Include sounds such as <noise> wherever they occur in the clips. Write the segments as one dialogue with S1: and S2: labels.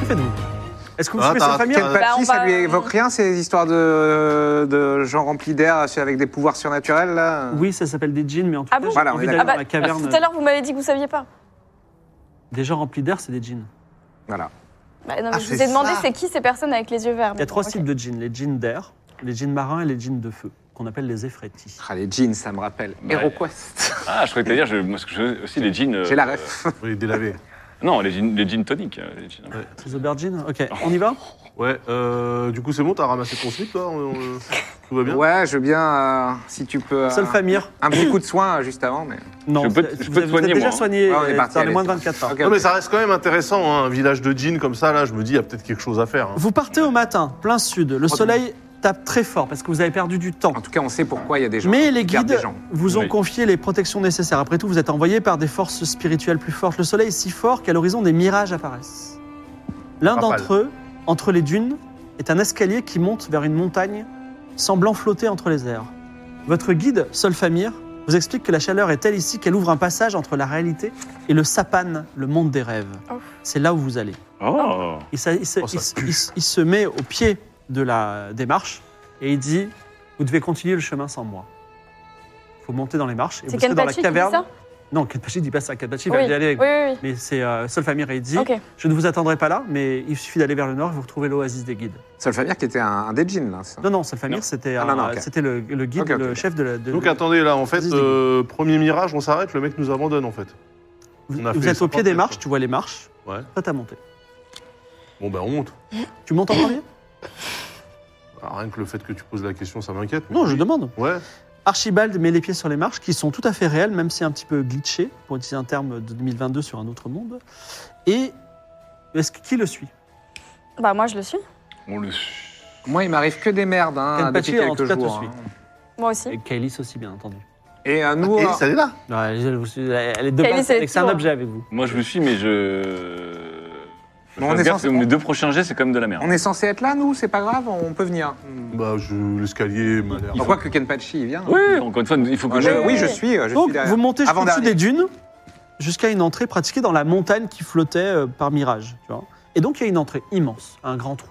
S1: Que faites-vous Est-ce
S2: Ah,
S1: que vous
S3: Attends,
S1: suivez cette famille
S3: attends,
S1: avec-
S3: attends.
S4: Bah,
S2: Papy,
S4: on
S2: ça
S4: va-
S2: lui évoque rien, ces histoires de, de gens remplis d'air c'est avec des pouvoirs surnaturels, là
S1: Oui, ça s'appelle des jeans, mais en tout
S4: Ah
S1: cas,
S4: bon
S1: j'ai
S2: Voilà, on
S1: envie
S2: est
S1: d'aller
S4: Ah
S1: dans
S4: bah,
S1: la caverne.
S4: Tout à l'heure, vous m'avez dit que vous saviez pas.
S1: Des gens remplis d'air, c'est des jeans.
S2: Voilà.
S4: Bah, non, mais
S3: Ah,
S4: je
S3: c'est
S4: vous ai demandé
S3: ça.
S4: c'est qui ces personnes avec les yeux verts.
S1: Il y a trois
S4: Ok.
S1: types de jeans les jeans d'air, les jeans marins et les jeans de feu, qu'on appelle les effrétis.
S2: Ah, les jeans, ça me rappelle.
S5: Ouais.
S1: Euh,
S2: HeroQuest.
S5: Ah, je croyais que t'allais dire, je, moi, ce que je- aussi les jeans. euh,
S2: J'ai la ref.
S3: Oui, délavé.
S5: euh, non, les jeans, les jeans toniques. euh, les jeans.
S1: Les aubergines Ok, on y va
S3: Ouais, euh, du coup, c'est bon, t'as ramassé ton slip, toi on-
S2: <laughs>
S3: on- Tout va bien
S2: Ouais, je veux bien, euh, si tu peux... euh,
S1: Seule Famir.
S2: Un petit coup de soin, euh, juste avant, mais...
S1: Non,
S5: Je peux te-
S1: vous
S5: je peux te
S1: êtes- vous êtes
S5: soigner,
S1: déjà
S5: moi, hein.
S1: soigné
S2: Ouais, Ah, on est
S1: euh,
S2: parti,
S1: dans les
S2: allez.
S1: moins de 24 heures.
S2: Ok,
S3: Non,
S2: ok.
S3: mais ça reste quand même intéressant, hein, un village de jeans comme ça, là, je me dis, il y a peut-être quelque chose à faire. hein.
S1: Vous partez au matin, plein sud. Le
S2: Oh,
S1: soleil tape très fort parce que vous avez perdu du temps.
S2: En tout cas, on sait pourquoi il y a des gens.
S1: Mais les
S2: qui gardent
S1: guides
S2: des gens.
S1: vous ont
S5: Oui.
S1: confié les protections nécessaires. Après tout, vous êtes envoyés par des forces spirituelles plus fortes. Le soleil est si fort qu'à l'horizon, des mirages apparaissent. L'un
S3: Pas mal.
S1: d'entre eux, entre les dunes, est un escalier qui monte vers une montagne, semblant flotter entre les airs. Votre guide, Solfamir, vous explique que la chaleur est telle ici qu'elle ouvre un passage entre la réalité et le sapan, le monde des rêves.
S4: Oh.
S1: C'est là où vous allez.
S5: Oh,
S1: Il, se- il se-
S3: Oh, ça
S1: il se- il se- il se met au pied de la démarche et il dit Vous devez continuer le chemin sans moi. Il faut monter dans les marches et vous
S4: C'est
S1: serez dans la
S4: Kenpachi qui dit
S1: caverne.
S4: ça
S1: non, Kenpachi dit pas ça. Kenpachi va
S4: Oui,
S1: y aller
S4: oui,
S1: avec
S4: oui.
S1: Mais c'est euh, Solfamir et il dit
S4: oui. Ok.
S1: Je ne vous attendrai pas là, mais il suffit d'aller vers le nord et vous retrouvez l'oasis des guides.
S2: Seule Famir qui était un, un des jeans, là. ça.
S1: Non, non, Solfamir,
S5: Non.
S1: c'était
S2: Ah,
S1: un-
S2: non, non, ok.
S1: c'était le, le guide,
S2: Ok, ok,
S1: le
S2: ok.
S1: chef de la. de-
S3: Donc attendez, là, en fait,
S1: Vas-y,
S3: euh, premier mirage, on s'arrête, le mec nous abandonne, en fait.
S1: vous
S3: on a
S1: vous
S3: fait
S1: êtes au pied
S3: 50
S1: des
S3: mètres,
S1: marches,
S3: quoi.
S1: tu vois les marches,
S3: Ouais.
S1: prête à monter.
S3: Bon, ben, on monte.
S1: Tu montes en premier
S3: Alors, rien que le fait que tu poses la question, ça m'inquiète. mais-
S1: Non, je demande.
S3: Ouais,
S1: Archibald met les pieds sur les marches qui sont tout à fait réelles, même si un petit peu glitchées, pour utiliser un terme de 2022 sur un autre monde. Et est-ce que- qui le suit
S4: Bah, moi, je le suis.
S5: on le.
S2: Moi, il m'arrive que des merdes, hein,
S1: Kenpachi,
S2: depuis
S1: en tout
S2: quelques
S1: cas, te
S2: jours.
S1: suit.
S2: hein.
S4: Moi aussi.
S1: Et Kailis aussi, bien entendu.
S2: Et euh, nous...
S3: et
S2: euh,
S3: ça est là.
S1: elle, est de
S4: Kailis,
S1: base,
S4: elle est
S1: c'est un
S4: toujours.
S1: objet avec vous.
S5: Moi, je le suis, mais je. je
S2: Bon, on
S5: fais
S2: est
S5: gaffe,
S2: censé-
S5: parce que mes deux prochains jets, c'est quand même de la merde.
S2: On est censé être là, nous C'est pas grave, on peut venir.
S1: Hmm.
S3: Bah, je... l'escalier m'a l'air.
S2: On voit que Kenpachi, il vient.
S5: Oui, encore une fois, il faut que
S2: Euh,
S5: je.
S2: je- oui, je suis, euh, je
S1: Donc,
S2: suis derrière.
S1: vous montez
S2: Avant
S1: au-dessus
S2: dernier.
S1: des dunes jusqu'à une entrée pratiquée dans la montagne qui flottait euh, par mirage. Tu vois. Et donc, il y a une entrée immense, un grand trou.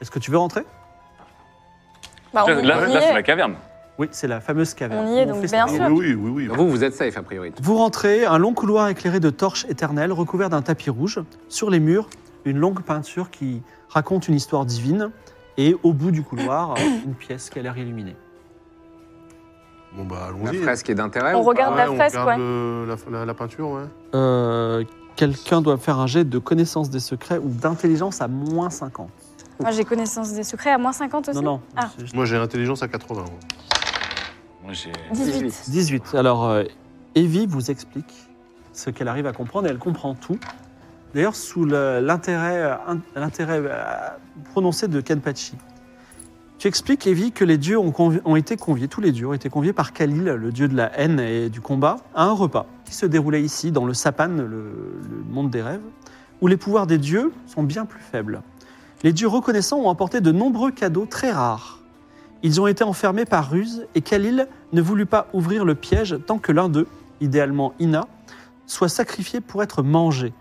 S1: Est-ce que tu veux rentrer
S4: Bah, on,
S5: Là, là,
S4: on y
S5: là, c'est
S4: est.
S5: la caverne.
S1: Oui, c'est la fameuse caverne.
S4: On y est,
S1: où
S4: donc,
S1: fait
S4: bien
S1: ça.
S3: Oui,
S4: sûr.
S3: Ah, oui, oui, oui.
S2: Vous, vous êtes safe, a priori.
S1: Vous rentrez, un long couloir éclairé de torches éternelles recouvert d'un tapis rouge. Sur les murs, une longue peinture qui raconte une histoire divine. Et au bout du couloir, une pièce qui a l'air illuminée.
S3: Bon, bah,
S2: La
S3: allons-y.
S2: fresque est d'intérêt
S4: On
S2: ou pas
S4: regarde la
S3: on
S4: fresque,
S3: regarde
S4: ouais.
S3: le- la- la- la peinture, ouais.
S1: Euh, Quelqu'un doit faire un jet de connaissance des secrets ou d'intelligence à moins 50.
S4: Moi, j'ai connaissance des secrets à moins 50 aussi.
S1: Non, non.
S4: Ah.
S1: c'est juste-
S3: Moi, j'ai intelligence à 80. ouais.
S5: Moi, j'ai.
S4: 18.
S1: 18. Alors, euh, Evie vous explique ce qu'elle arrive à comprendre et elle comprend tout. D'ailleurs, sous le- l'intérêt euh, in- l'intérêt, euh, prononcé de Kenpachi. Tu expliques, Evie, que les dieux ont, convi- ont été conviés, tous les dieux ont été conviés par Khalil, le dieu de la haine et du combat, à un repas qui se déroulait ici, dans le Sapan, le- le monde des rêves, où les pouvoirs des dieux sont bien plus faibles. Les dieux reconnaissants ont apporté de nombreux cadeaux très rares. Ils ont été enfermés par ruse et Khalil ne voulut pas ouvrir le piège tant que l'un d'eux, idéalement Ina, soit sacrifié pour être mangé.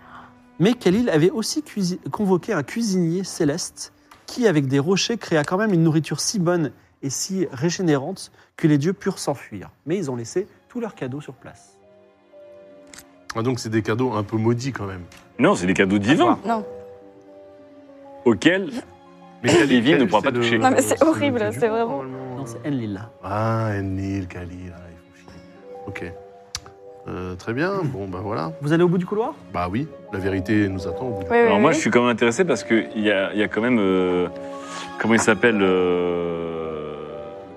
S1: Mais Khalil avait aussi cuisi- convoqué un cuisinier céleste qui, avec des rochers, créa quand même une nourriture si bonne et si régénérante que les dieux purent s'enfuir. Mais ils ont laissé tous leurs cadeaux sur place.
S3: Ah, donc, c'est des cadeaux un peu maudits, quand même.
S5: Non, c'est des cadeaux divins
S4: Non.
S5: auxquels
S3: Mais
S5: Khalil ne pourra pas
S3: c'est le-
S5: toucher.
S4: Non, mais
S3: le
S4: c'est
S3: dieu
S4: horrible,
S3: du
S4: c'est
S3: vent,
S4: vraiment-
S3: normalement.
S1: Non, c'est Enlil.
S3: Ah, Enlil, Khalil, ah, il faut chier. Ok. Euh, très bien, bon bah voilà.
S1: Vous allez au bout du couloir
S3: Bah oui, la vérité nous attend. au bout.
S4: Oui, oui,
S5: Alors moi,
S4: oui.
S5: je suis quand même intéressé parce qu'il y a, il y a quand même... euh, comment il s'appelle euh,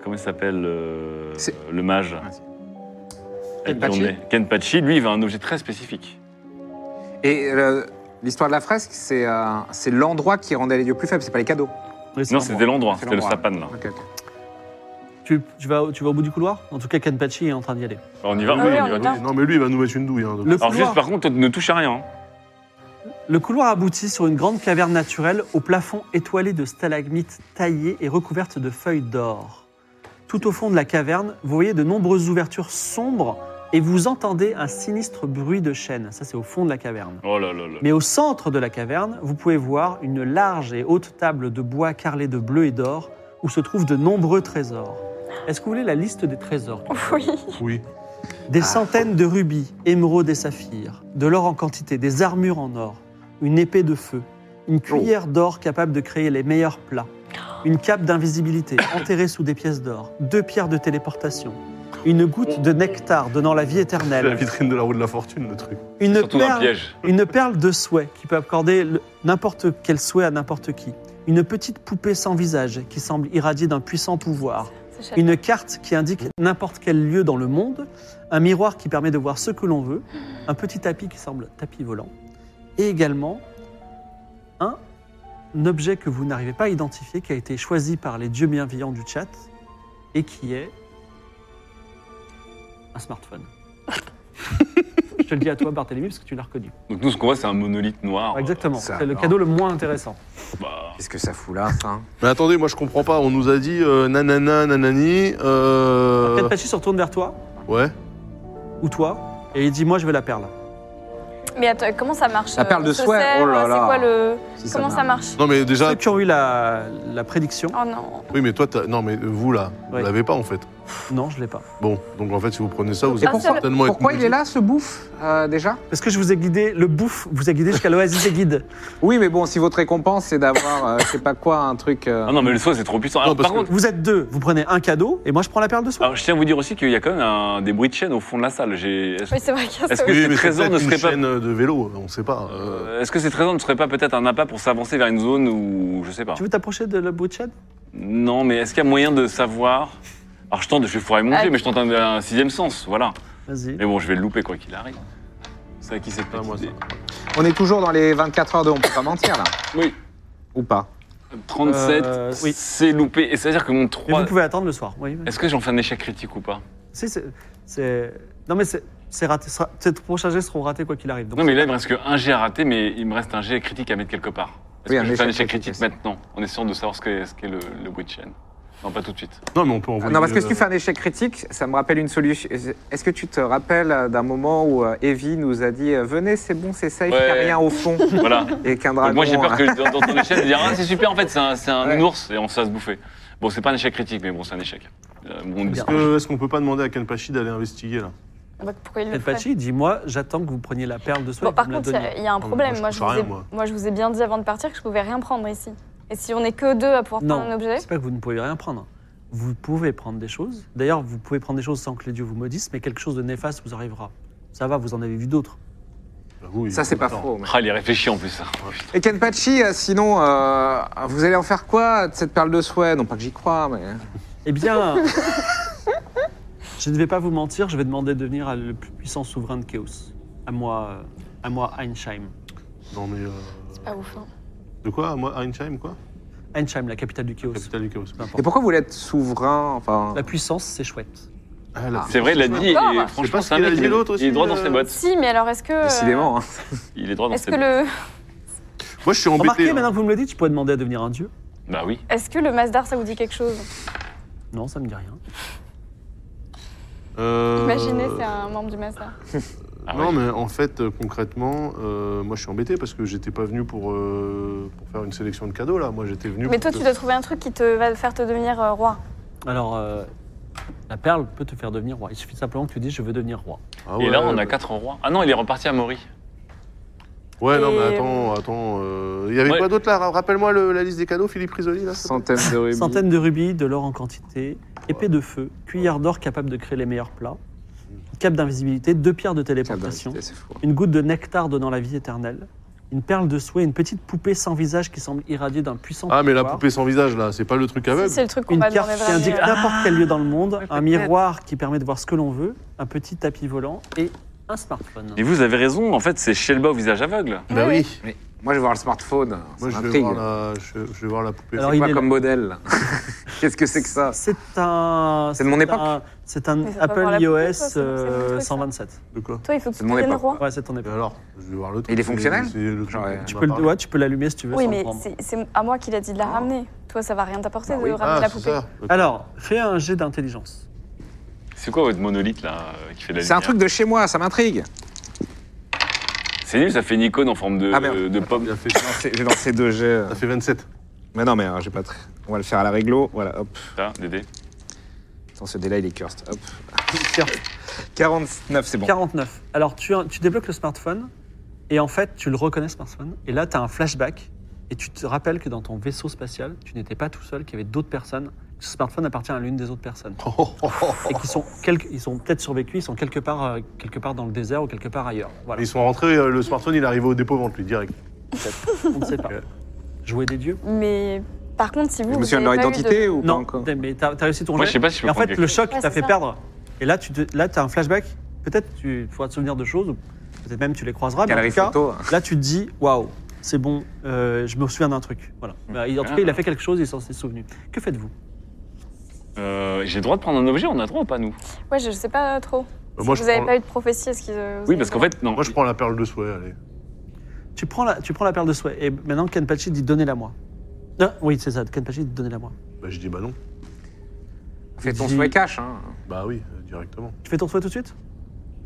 S5: Comment il s'appelle euh,
S2: C'est-
S5: Le mage
S2: Kenpachi
S5: Journée. Kenpachi, lui, il va à un objet très spécifique.
S2: Et euh, l'histoire de la fresque, c'est euh, c'est l'endroit qui rendait les dieux plus faibles, c'est pas les cadeaux.
S1: Oui, c'est
S5: Non,
S1: bon.
S5: c'était l'endroit,
S2: C'est
S5: c'était le
S2: l'endroit.
S5: sapan, là.
S2: Ok.
S1: Tu, tu vas, tu vas au bout du couloir En tout cas, Kanpachi est en train d'y aller.
S5: Alors, on y va, hein.
S4: Ah
S5: oui,
S4: oui,
S5: on
S4: on
S5: y va.
S4: y va.
S3: Non mais lui il va nous mettre une douille. hein, donc.
S1: Le
S5: Alors
S1: couloir-
S5: juste, par contre, ne touche à rien. hein.
S1: Le couloir aboutit sur une grande caverne naturelle au plafond étoilé de stalagmites taillées et recouvertes de feuilles d'or. Tout au fond de la caverne, vous voyez de nombreuses ouvertures sombres et vous entendez un sinistre bruit de chaîne. Ça, c'est au fond de la caverne.
S5: Oh là là là.
S1: Mais au centre de la caverne, vous pouvez voir une large et haute table de bois carrelée de bleu et d'or où se trouvent de nombreux trésors. Est-ce que vous voulez la liste des trésors
S4: Oui.
S3: Oui.
S1: Des centaines de rubis, émeraudes et saphirs, de l'or en quantité, des armures en or, une épée de feu, une cuillère d'or capable de créer les meilleurs plats, une cape d'invisibilité enterrée sous des pièces d'or, deux pierres de téléportation, une goutte de nectar donnant la vie
S3: C'est la
S1: éternelle,
S3: vitrine de la roue de la fortune, le truc.
S1: une
S5: Surtout d'un
S1: perle,
S5: piège.
S1: une perle de souhait qui peut accorder le- n'importe quel souhait à n'importe qui, une petite poupée sans visage qui semble irradier d'un puissant pouvoir,
S4: C'est chouette.
S1: une carte qui indique n'importe quel lieu dans le monde, un miroir qui permet de voir ce que l'on veut, un petit tapis qui semble tapis volant, et également un objet que vous n'arrivez pas à identifier, qui a été choisi par les dieux bienveillants du chat, et qui est un smartphone. Je te le dis à toi, Barthélemy, parce que tu l'as reconnu.
S5: Donc nous, ce qu'on voit, c'est un monolithe noir.
S3: Ah,
S1: Exactement,
S2: ça,
S1: c'est le
S2: non.
S1: cadeau le moins intéressant.
S5: Bah,
S2: Qu'est-ce que ça fout là, ça hein,
S3: Mais attendez, moi je comprends pas, on nous a dit euh, nanana, nanani, euh...
S1: Katpachi se retourne vers toi,
S3: Ouais.
S1: ou toi, et il dit, moi je veux la perle.
S4: Mais attends, comment ça marche
S2: La perle
S4: euh,
S2: de
S4: on se
S2: souhait,
S4: sert,
S2: oh là là.
S4: C'est quoi le.
S2: Si
S4: Comment ça marche
S3: Non mais déjà,
S1: Ceux qui ont eu la, la prédiction,
S4: Oh non.
S3: oui mais toi, t'as- non mais euh, vous là,
S1: Ouais.
S3: vous l'avez pas en fait.
S1: non, je l'ai pas.
S3: Bon, donc en fait si vous prenez ça, vous
S2: Et
S4: Ah,
S3: allez
S4: c'est-
S2: pourquoi,
S3: certainement être
S2: pourquoi il
S3: maudit.
S2: est là, ce bouffe, euh, déjà
S1: Parce que je vous ai guidé, le bouffe vous a guidé jusqu'à l'oasis des guides.
S2: Oui, mais bon, si votre récompense, c'est d'avoir, euh, je sais pas quoi, un truc... euh,
S5: Ah non, mais le soin, c'est trop puissant. Alors,
S3: Non, parce
S5: par
S3: que-
S5: contre,
S1: Vous êtes deux, vous prenez un cadeau et moi je prends la perle de soie.
S5: alors, je tiens à vous dire aussi qu'il y a quand même un- des bruits de chaîne au fond de la salle. J'ai- Est-ce
S4: Oui, c'est vrai qu'il y a
S5: Est-ce
S4: ça
S5: que-
S4: aussi.
S5: ces
S3: mais c'est
S5: trésors ne
S3: peut-être une
S5: seraient pas-
S3: chaîne de vélo, on sait pas. euh,
S5: euh, est-ce que ces trésors ne seraient pas peut-être un appât pour s'avancer vers une zone où je sais pas
S1: Tu veux t'approcher de la bouchette
S5: Non, mais est-ce qu'il y a moyen de savoir Alors je tente, je vais foirer mon
S4: Ah.
S5: jeu, mais je tente un, un sixième sens, voilà.
S1: Vas-y.
S5: Mais bon, je vais le louper quoi qu'il arrive. C'est à qui c'est
S3: Ah, moi, ça.
S2: On est toujours dans les 24 heures de... On peut pas mentir, là.
S5: Oui.
S2: Ou pas
S5: 37,
S1: Euh, oui.
S5: c'est loupé. Et c'est-à-dire que mon
S1: Mais
S5: 3...
S1: vous pouvez attendre le soir. Oui. oui.
S5: Est-ce que j'en fais un échec critique ou pas
S1: Si, c'est- c'est. Non mais c'est c'est raté. ce sera- Tes prochains jets seront ratés quoi qu'il arrive. Donc,
S5: Non, mais là, il me reste qu'un jet à rater, mais il me reste un jet critique à mettre quelque part. Est-ce
S2: Oui,
S5: que
S2: un
S5: je fais
S2: échec
S5: un échec
S2: critique,
S5: critique maintenant, en essayant de savoir ce qu'est ce qu'est le, le bruit de chaîne Non, pas tout de suite.
S3: Non mais on peut envoyer...
S2: Ah Non, parce que si
S3: euh,
S2: tu fais un échec critique, ça me rappelle une solution. Est-ce que tu te rappelles euh, d'un moment où euh, Evie nous a dit euh, Venez, c'est bon, c'est safe, il n'y a
S5: Ouais.
S2: rien au
S5: <laughs>
S2: fond <laughs>
S5: Voilà.
S2: Et qu'un dragon.
S5: Donc moi, j'ai peur
S2: euh,
S5: que dans, dans ton échec, de dire Ah, c'est super, en fait, c'est un, c'est un
S2: Ouais.
S5: ours, et on se fasse bouffer. Bon, c'est pas un échec critique, mais bon, c'est un échec. Euh, bon,
S1: Bien.
S3: Est-ce que- est-ce qu'on peut pas demander à Kenpachi d'aller investiguer là
S4: Bah, Pourquoi il le ferait
S1: Kenpachi, dis-moi, j'attends que vous preniez la perle de soie.
S4: Bon,
S1: et que
S4: par
S1: vous me la
S4: contre, il y
S1: donniez.
S4: a- il y a un
S3: mais
S4: problème.
S3: moi,
S4: Moi,
S3: je
S4: je
S3: touche à
S4: vous ai-
S3: rien, moi.
S4: moi, je vous ai bien dit avant de partir que je pouvais rien prendre ici. Et si on est que deux à pouvoir prendre
S1: Non.
S4: un objet
S1: C'est pas que vous ne pouvez rien prendre. Vous pouvez prendre des choses. D'ailleurs, vous pouvez prendre des choses sans que les dieux vous maudissent, mais quelque chose de néfaste vous arrivera. Ça va, vous en avez vu d'autres.
S3: J'avoue, il-
S2: Ça, c'est pas
S3: attends.
S2: faux. mais-
S5: Ah, il est réfléchi en plus. hein.
S2: Et Kenpachi, euh, sinon, euh, vous allez en faire quoi de cette perle de souhait Non pas que j'y crois, mais.
S1: Eh bien, je ne vais pas vous mentir, je vais demander de devenir le plus puissant souverain de Chaos. À moi, euh, à moi Einsheim.
S3: Non mais... euh,
S4: C'est pas ouf. hein.
S3: De quoi Moi, Einsheim quoi
S1: Einsheim, la capitale du Chaos.
S3: Capitale du chaos.
S1: Peu importe.
S2: Et pourquoi vous voulez être souverain Enfin.
S1: La puissance, c'est chouette.
S3: Ah, la-
S5: C'est vrai, il l'a dit, et
S4: D'accord. C'est
S5: franchement,
S3: parce
S5: c'est un
S3: qu'il a
S5: mec,
S3: dit
S5: il est-
S3: l'autre
S5: il est
S3: aussi,
S5: droit dans
S3: euh,
S5: ses bottes.
S4: Si, mais alors est-ce que. euh,
S2: Décidément. hein.
S5: Il est droit dans
S4: Est-ce
S5: ses
S4: que
S5: bottes.
S4: le,
S3: Moi, je suis embêté.
S1: Remarquez,
S3: hein.
S1: maintenant que vous me le dites, je pourrais demander à devenir un dieu.
S5: Bah oui.
S4: est-ce que le Masdar, ça vous dit quelque chose
S1: Non, ça me dit rien.
S3: Euh,
S4: Imaginez, c'est un membre du Masdar.
S5: Ah
S3: non,
S5: ouais.
S3: mais en fait, euh, concrètement, euh, moi, je suis embêté parce que j'étais pas venu pour, euh, pour faire une sélection de cadeaux, là. Moi, j'étais venu
S4: Mais
S3: pour
S4: toi,
S3: que-
S4: tu dois trouver un truc qui te va faire te devenir euh, roi.
S1: Alors, euh, la perle peut te faire devenir roi. Il suffit simplement que tu dises je veux devenir roi.
S3: Ah
S5: Et là,
S3: ouais,
S5: on a
S3: bah-
S5: quatre rois. Ah non, il est reparti à Maury.
S3: Ouais, non, mais
S4: Et-
S3: attends, attends. euh, Il y avait
S5: Ouais.
S3: quoi d'autre, là Rappelle-moi le- la liste des cadeaux, Philippe Risoli, là. c'est-
S2: Centaines de rubis.
S1: Centaines de rubis, de l'or en quantité, épée de feu, cuillère d'or capable de créer les meilleurs plats,
S3: Mm.
S1: cape d'invisibilité, deux pierres de
S2: Tiens, bah,
S1: téléportation,
S2: C'est fou.
S1: une goutte de nectar donnant la vie éternelle, une perle de souhait, une petite poupée sans visage qui semble irradier d'un puissant
S3: Ah, mais la
S1: pouvoir.
S3: poupée sans visage, là, c'est pas le truc
S4: Si,
S3: aveugle
S4: C'est le truc qu'on
S1: Une
S4: va dans
S1: carte
S4: les
S1: qui indique
S4: vrais-
S1: n'importe quel lieu dans le monde,
S2: Ouais,
S1: un
S2: peut-être.
S1: miroir qui permet de voir ce que l'on veut, un petit tapis volant et un smartphone.
S5: Et vous avez raison, en fait, c'est Shelba au visage aveugle.
S3: Bah
S4: Ouais.
S3: oui.
S2: Mais moi, je vais voir le smartphone. Ça
S3: Moi, je vais,
S2: m'intrigue.
S3: voir la... je, je vais voir la poupée.
S1: Alors,
S2: C'est
S1: il
S2: quoi
S1: est là.
S2: comme modèle <laughs> Qu'est-ce que c'est que ça
S1: C'est un.
S2: C'est de mon
S1: un-
S2: époque.
S1: C'est un
S4: Mais ça doit
S1: Apple
S4: avoir la
S1: iOS
S4: poupée, toi, c'est- c'est mon
S1: euh,
S4: truc, ça.
S1: 127.
S3: De quoi
S4: Toi, il faut que tu
S2: C'est de mon
S4: deviennes
S2: époque.
S4: roi.
S1: Ouais, c'est ton
S3: Et
S1: époque.
S3: alors Je vais voir le truc.
S2: Il est
S3: C'est-
S2: fonctionnel
S3: c'est le truc
S2: Genre,
S3: dont
S2: euh,
S1: Tu
S3: on
S1: peux, le,
S3: m'a parlé.
S1: ouais, tu peux l'allumer si tu veux.
S4: Oui,
S1: sans le
S4: mais
S1: prendre.
S4: c'est- c'est à moi qu'il a dit de la
S2: Ah.
S4: ramener. Toi, ça va rien t'apporter
S2: Bah
S4: de
S2: oui.
S4: ramener
S3: Ah,
S4: la
S3: c'est
S4: poupée.
S3: ça. Ok.
S1: Alors, fais un jet d'intelligence.
S5: C'est quoi votre monolithe là euh, qui fait la
S2: C'est un
S5: lumière
S2: truc de chez moi, ça m'intrigue.
S5: C'est nul, ça fait une icône en forme de, euh,
S2: Ah, merde.
S5: de pomme.
S3: Il a fait,
S2: J'ai lancé- J'ai lancé deux jets. euh.
S3: ça fait 27.
S2: Mais non, mais euh, j'ai pas très. On va le faire à la réglo. Voilà, hop.
S5: Ça, Dédé.
S2: Attends, ce délai, il est cursed. Hop. 49, c'est bon.
S1: 49. Alors, tu, tu débloques le smartphone et en fait, tu le reconnais, ce smartphone. Et là, tu as un flashback et tu te rappelles que dans ton vaisseau spatial, tu n'étais pas tout seul, qu'il y avait d'autres personnes. que Ce smartphone appartient à l'une des autres personnes.
S2: Oh,
S1: Et qu'ils sont, quelque- ils ont peut-être survécu, ils sont quelque part, euh, quelque part dans le désert ou quelque part ailleurs. Voilà,
S3: Ils sont rentrés, euh, le smartphone, il est arrivé au dépôt-vente, lui, direct.
S1: on ne sait
S2: <laughs>
S1: pas. Jouer des dieux
S4: Mais par contre, si vous.
S2: Je me
S4: vous
S2: souviens de leur
S4: avez pas eu
S2: identité ou pas
S1: Non,
S2: encore
S1: t'as- mais t'as as réussi ton
S5: Moi, je
S1: jet.
S5: sais pas si je peux
S1: Et en fait,
S5: prendre
S1: le choc
S4: Ouais,
S1: t'a
S4: c'est
S1: fait
S4: ça.
S1: perdre. Et là, tu te- là, as un flashback. Peut-être tu pourras te souvenir de choses, ou peut-être même tu les
S3: Ah,
S1: croiseras. Mais en
S2: Galerie
S1: tout cas,
S2: photo.
S1: là, tu te dis, waouh, c'est bon, euh, je me souviens d'un truc. Voilà. Bah, il- en tout cas, il a fait quelque chose, il s'en s'est souvenu. Que faites-vous
S5: Euh, J'ai le droit de prendre un objet, on a le droit ou pas nous
S4: Ouais, je je sais pas trop.
S3: Euh, moi,
S4: Si
S3: je
S4: vous n'avez
S3: prends-
S4: pas eu de prophétie, est-ce qu'ils. euh, vous
S5: Oui,
S4: avez-
S5: parce qu'en fait, non.
S3: Moi, je prends la perle de souhait, allez.
S1: tu prends, la, tu prends la paire de souhaits. Et maintenant, Kenpachi dit, donnez-la moi. Ah, oui, c'est ça, Kenpachi dit, donnez-la moi.
S3: Bah, je dis bah non.
S2: Fais ton
S1: Dis-
S2: souhait cash. Hein.
S3: Bah oui, euh, directement.
S1: Tu fais ton souhait tout de suite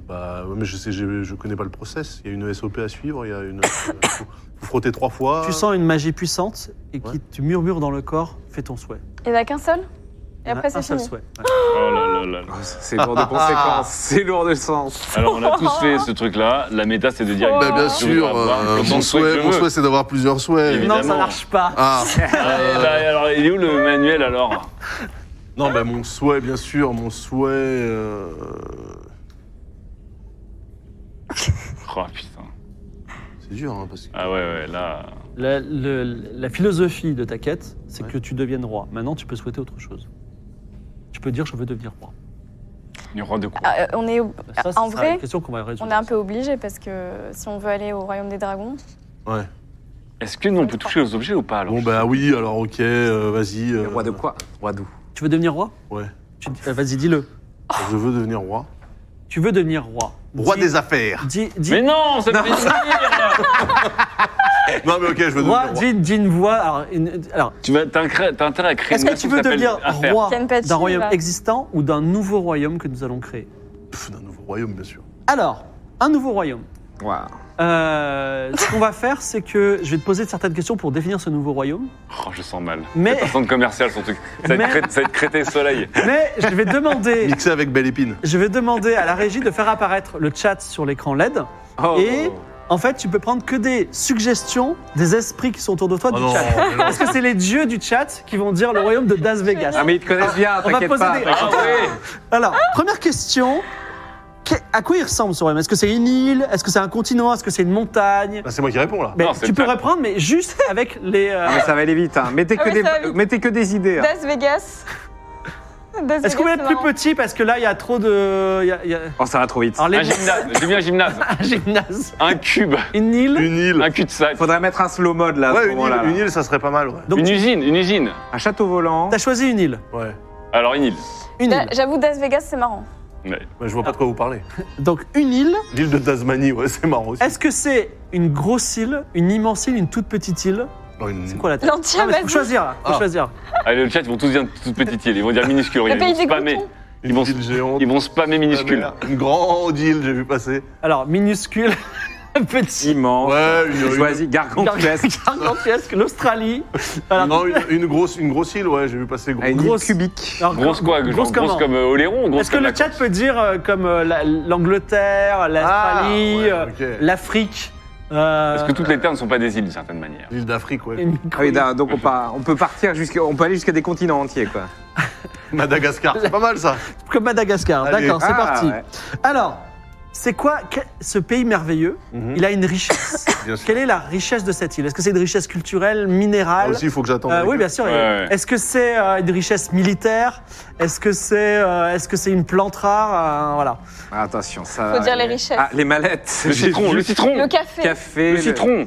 S3: Bah, ouais, mais je sais, je, je connais pas le process. Il y a une SOP à suivre, il y a une. <coughs> euh, faut, faut frotter trois fois.
S4: Euh.
S1: Tu sens une magie puissante et qui
S3: Ouais.
S1: tu murmures dans le corps, fais ton souhait.
S4: Il n'y en a qu'un seul
S1: Il
S4: Et
S1: y en a
S4: après, c'est
S1: un seul
S4: fini. <gasps>
S1: souhait. Ouais.
S5: Oh là là là là.
S2: C'est lourd
S3: <laughs>
S2: de conséquences. C'est lourd de sens.
S5: Alors, on a tous fait ce truc-là. La méta, c'est de dire.
S3: Oh,
S4: Bah,
S5: écoute,
S4: bien
S5: je voudrais avoir
S6: euh,
S5: autant
S6: mon
S5: de
S6: souhait,
S5: que
S6: mon
S5: je veux.
S6: souhait, c'est d'avoir plusieurs souhaits.
S5: Évidemment.
S1: Non, ça marche pas.
S4: <laughs>
S6: Ah,
S5: Ah,
S4: Euh,
S5: bah, alors, il est où le manuel alors
S3: Non, bah, mon souhait, bien sûr, mon souhait. euh,
S5: Oh putain.
S3: C'est dur, hein, parce que.
S5: Ah ouais, ouais, là.
S1: La, le- la philosophie de ta quête, c'est
S3: Ouais.
S1: que tu deviennes roi. Maintenant, tu peux souhaiter autre chose. Tu peux dire je veux devenir roi.
S5: Il roi de quoi
S4: Ah, euh, on est ob-
S1: Ça,
S4: en
S1: c'est
S4: vrai,
S1: une question qu'on va résoudre.
S4: on est un peu obligé parce que si on veut aller au royaume des dragons, Ah.
S3: Ouais.
S5: Est-ce que nous, on peut toucher aux objets ou pas alors
S3: Bon, bah oui, alors ok, euh, vas-y.
S2: Le
S3: euh,
S2: roi de quoi Roi d'où
S1: Tu veux devenir roi
S3: Ouais.
S1: Tu- euh, Vas-y, dis-le.
S3: Je veux devenir roi.
S1: Tu veux devenir roi.
S6: roi
S1: Dis-
S6: des affaires.
S1: Dis, dis-
S5: Mais non, ça me fait dire
S3: <laughs> Non, mais ok, je veux devenir
S1: roi,
S3: roi.
S1: dis, dis une voix. Alors, une- alors,
S5: Tu vas, t'as un cré- t'as intérêt à créer
S1: est-ce
S5: une
S1: que
S5: nation
S1: tu
S5: qui
S1: veux
S5: s'appelle
S1: devenir
S5: Affaire.
S1: roi
S4: Kenpachi,
S1: d'un royaume
S4: va.
S1: existant ou d'un nouveau royaume que nous allons créer
S3: Pff, D'un nouveau royaume, bien sûr.
S1: Alors, un nouveau royaume.
S2: Waouh.
S1: Euh, ce qu'on va faire, c'est que je vais te poser certaines questions pour définir ce nouveau royaume.
S5: Oh, je sens mal.
S1: Mais-
S5: <laughs> Mais... Un centre commercial, son truc. Ça va
S1: Mais-
S5: être cré- ça va être crété soleil.
S1: Mais je vais demander
S3: Mixé avec Belle Épine.
S1: Je vais demander à la régie de faire apparaître le chat sur l'écran LED.
S2: Oh.
S1: Et en fait, tu peux prendre que des suggestions des esprits qui sont autour de toi
S3: Oh
S1: du
S3: non,
S1: chat.
S3: mais non.
S1: Parce que c'est les dieux du chat qui vont dire le royaume de Las Vegas.
S2: Ah, mais ils te connaissent bien,
S1: on va
S2: t'inquiète
S1: poser
S2: pas.
S1: des-
S2: t'inquiète
S5: Ah ouais
S1: Alors, première question. Que- À quoi il ressemble ce royaume Est-ce que c'est une île Est-ce que c'est un continent Est-ce que c'est une montagne
S3: Bah, c'est moi qui réponds, là.
S1: Mais
S5: Non, c'est
S1: Tu peux
S5: pas-
S1: reprendre, mais juste <laughs> avec les. euh,
S2: pas. Ah, mais ça va aller vite. Hein. Mettez,
S4: Ah,
S2: que
S4: mais
S2: des...
S4: ça va vite.
S2: Mettez que des idées. hein.
S4: Las Vegas. Las
S1: Est-ce qu'on va
S4: Vegas, c'est
S1: être plus
S4: marrant.
S1: petit Parce que là, il y a trop de. il y a- il y a-
S2: Oh, ça va trop vite.
S1: Alors, les...
S5: Un gymnase, j'ai mis un gymnase.
S1: <laughs> un gymnase.
S5: Un cube,
S1: Une île.
S3: Une île.
S5: un cul-de-sac.
S2: Faudrait mettre un slow mode là à ce
S3: Ouais, une
S2: moment-là.
S3: île,
S2: là.
S3: une île, ça serait pas mal, ouais.
S1: Donc,
S5: Une usine, une usine.
S2: Un château volant.
S1: T'as choisi une île.
S3: Ouais.
S5: Alors, une île.
S1: Une
S4: Da-
S1: île.
S4: J'avoue, Las Vegas, c'est marrant.
S5: Ouais.
S3: Ouais, je vois pas de quoi vous parlez.
S1: Donc, une île.
S3: L'île de Tasmanie, ouais, c'est marrant aussi.
S1: Est-ce que c'est une grosse île, une immense île, une toute petite île
S3: Non, une-
S1: C'est quoi la tête
S4: L'entière,
S1: Ah, mais faut
S4: vas-y.
S1: choisir, faut
S3: Ah.
S1: choisir.
S5: Allez, le chat, ils vont tous dire toute petite île. Ils vont dire minuscule.
S4: Le
S5: regarde,
S4: pays
S5: Ils vont
S4: des
S5: spammer.
S4: croutons.
S3: Une
S5: Ils vont-
S3: île géante.
S5: Ils vont spammer minuscule.
S3: Ah, merde. Une grande île, j'ai vu passer.
S1: Alors, minuscule, <laughs>
S5: <laughs>
S1: petit,
S2: Immense.
S3: Ouais, une, une-
S2: Choisis <laughs> gargantuesque.
S1: gigantesque, l'Australie. Voilà.
S3: non, une, une grosse, une grosse île, ouais, j'ai vu passer gros.
S2: Ah, Une île
S1: Grosse.
S2: cubique.
S1: Alors,
S5: Grosse quoi genre
S1: Grosse
S5: Grosse,
S1: comment
S5: comme euh, Oléron grosse
S1: Est-ce que
S5: comme
S1: le
S5: la-
S1: chat peut dire euh, comme euh, la- l'Angleterre, l'Australie,
S3: Ah, ouais,
S1: euh,
S3: ok.
S1: l'Afrique euh,
S5: Parce que toutes les terres ne sont pas des îles d'une
S3: <laughs>
S5: certaine manière.
S3: L'île d'Afrique, ouais.
S1: une
S2: Ah oui,
S1: micro-
S2: d'accord, donc on, part- on peut partir jusqu'à, on peut aller jusqu'à des continents entiers quoi.
S3: Madagascar, c'est pas mal ça.
S1: Comme Madagascar,
S3: Allez.
S1: d'accord, c'est
S2: Ah,
S1: parti.
S2: ouais.
S1: Alors, c'est quoi que- ce pays merveilleux
S3: Mhm.
S1: Il a une
S3: <coughs>
S1: richesse.
S3: Bien sûr.
S1: Quelle est la richesse de cette île Est-ce que c'est une richesse culturelle, minérale
S3: Là Ah, aussi, il faut que j'attende.
S1: Euh,
S3: avec
S1: oui,
S3: eux.
S1: bien sûr.
S5: Ouais, ouais.
S1: Est-ce que c'est euh, une richesse militaire Est-ce que c'est euh, est-ce que c'est une plante rare Euh, Voilà. <laughs>
S2: Ah, attention, ça.
S4: Faut dire les richesses.
S2: Ah, les mallettes.
S5: Le
S2: J'ai
S5: citron,
S2: vu.
S5: le citron
S4: Le café.
S2: café.
S5: Le citron
S3: Le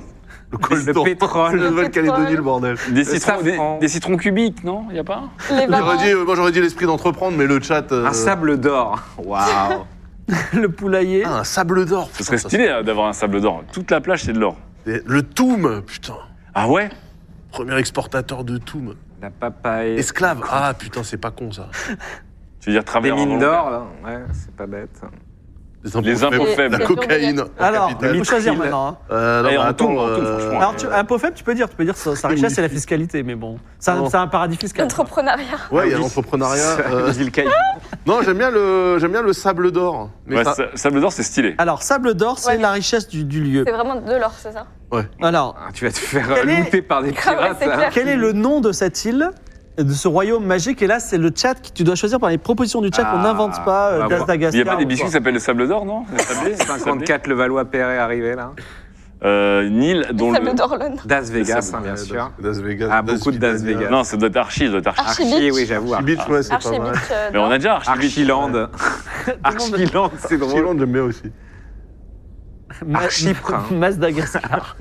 S2: Le,
S3: coltan.
S2: pétrole.
S3: La Nouvelle-Calédonie, le bordel.
S2: Le
S5: Des citrons, des,
S2: safran.
S5: des citrons cubiques, non Il a pas
S4: Les
S3: J'aurais
S4: varans.
S3: dit- euh, moi, j'aurais dit l'esprit d'entreprendre, mais le chat. euh,
S2: Un sable d'or. Waouh.
S1: Le poulailler.
S3: ah, un sable d'or.
S5: Ce serait stylé euh, d'avoir un sable d'or. Toute la plage, c'est de l'or.
S3: Le Toum, putain.
S5: Ah ouais
S3: Premier exportateur de Toum.
S2: La papaye.
S3: Esclave. Ah, putain, c'est pas con ça.
S5: Tu veux dire hein,
S2: Des
S5: travailler en
S2: mines
S5: volontaire.
S2: d'or, là. Ouais, c'est pas bête.
S5: Les impôts faibles.
S3: La
S4: C'est
S3: cocaïne. en
S1: Alors,
S3: capitale.
S1: il faut choisir
S5: Mithril.
S1: maintenant. hein.
S3: Euh, non,
S5: Allez,
S3: mais
S5: on
S3: attends,
S5: tourne, on tourne,
S3: euh,
S5: franchement.
S1: Alors, tu, un pot faible, tu peux dire, tu peux dire sa, sa richesse, c'est la fiscalité, mais bon, c'est un,
S3: Bon.
S1: c'est un paradis fiscal.
S4: L'entrepreneuriat.
S3: Ouais, il y a
S2: Ah oui.
S3: l'entrepreneuriat. euh, <laughs>
S2: Ville Caï-
S3: Non, j'aime bien le, j'aime bien le sable d'or. Mais
S5: Ouais,
S3: ça-
S5: sa- Sable d'or, c'est stylé.
S1: Alors, sable d'or, c'est
S4: Ouais.
S1: la richesse du, du lieu.
S4: C'est vraiment de l'or, c'est ça
S1: Alors,
S2: Ah, tu vas te faire euh,
S1: Quel est-
S2: looter par des
S4: <laughs> Ah ouais,
S2: pirates.
S4: c'est
S2: hein.
S4: clair.
S1: quel est le nom de cette île, de ce royaume magique Et là, c'est le chat que tu dois choisir par les propositions du chat qu'on
S2: Ah,
S1: n'invente pas,
S2: on
S1: euh,
S2: va voir.
S5: bah, Il
S1: d'Adagascar
S5: n'y a pas des
S1: ou
S5: biscuits
S1: quoi.
S5: qui s'appellent le sable d'or, non Le sablé, le sablé
S2: 54, le Valois Perret arrivé, là.
S5: Euh, Nil, dont
S4: Sable
S5: le.
S4: d'Orlon.
S2: Das Vegas,
S5: sable,
S2: hein, bien
S3: Ouais,
S2: sûr.
S3: Das Das Vegas.
S2: Ah, beaucoup de Das Vegas.
S5: Non, ça doit être Archie, ça doit être Archie.
S4: Archibitch.
S2: Archie, oui, j'avoue. Archie.
S3: Archibitch, ouais, c'est pas mal.
S4: Archibitch. euh,
S5: Mais on
S4: d'or.
S5: a déjà Archibitch.
S2: Archiland. Archiland, <laughs> c'est drôle.
S3: Archibitch, j'aime bien aussi.
S1: <laughs> Ma-
S2: Archipre, hein.
S1: Mas d'Adagascar.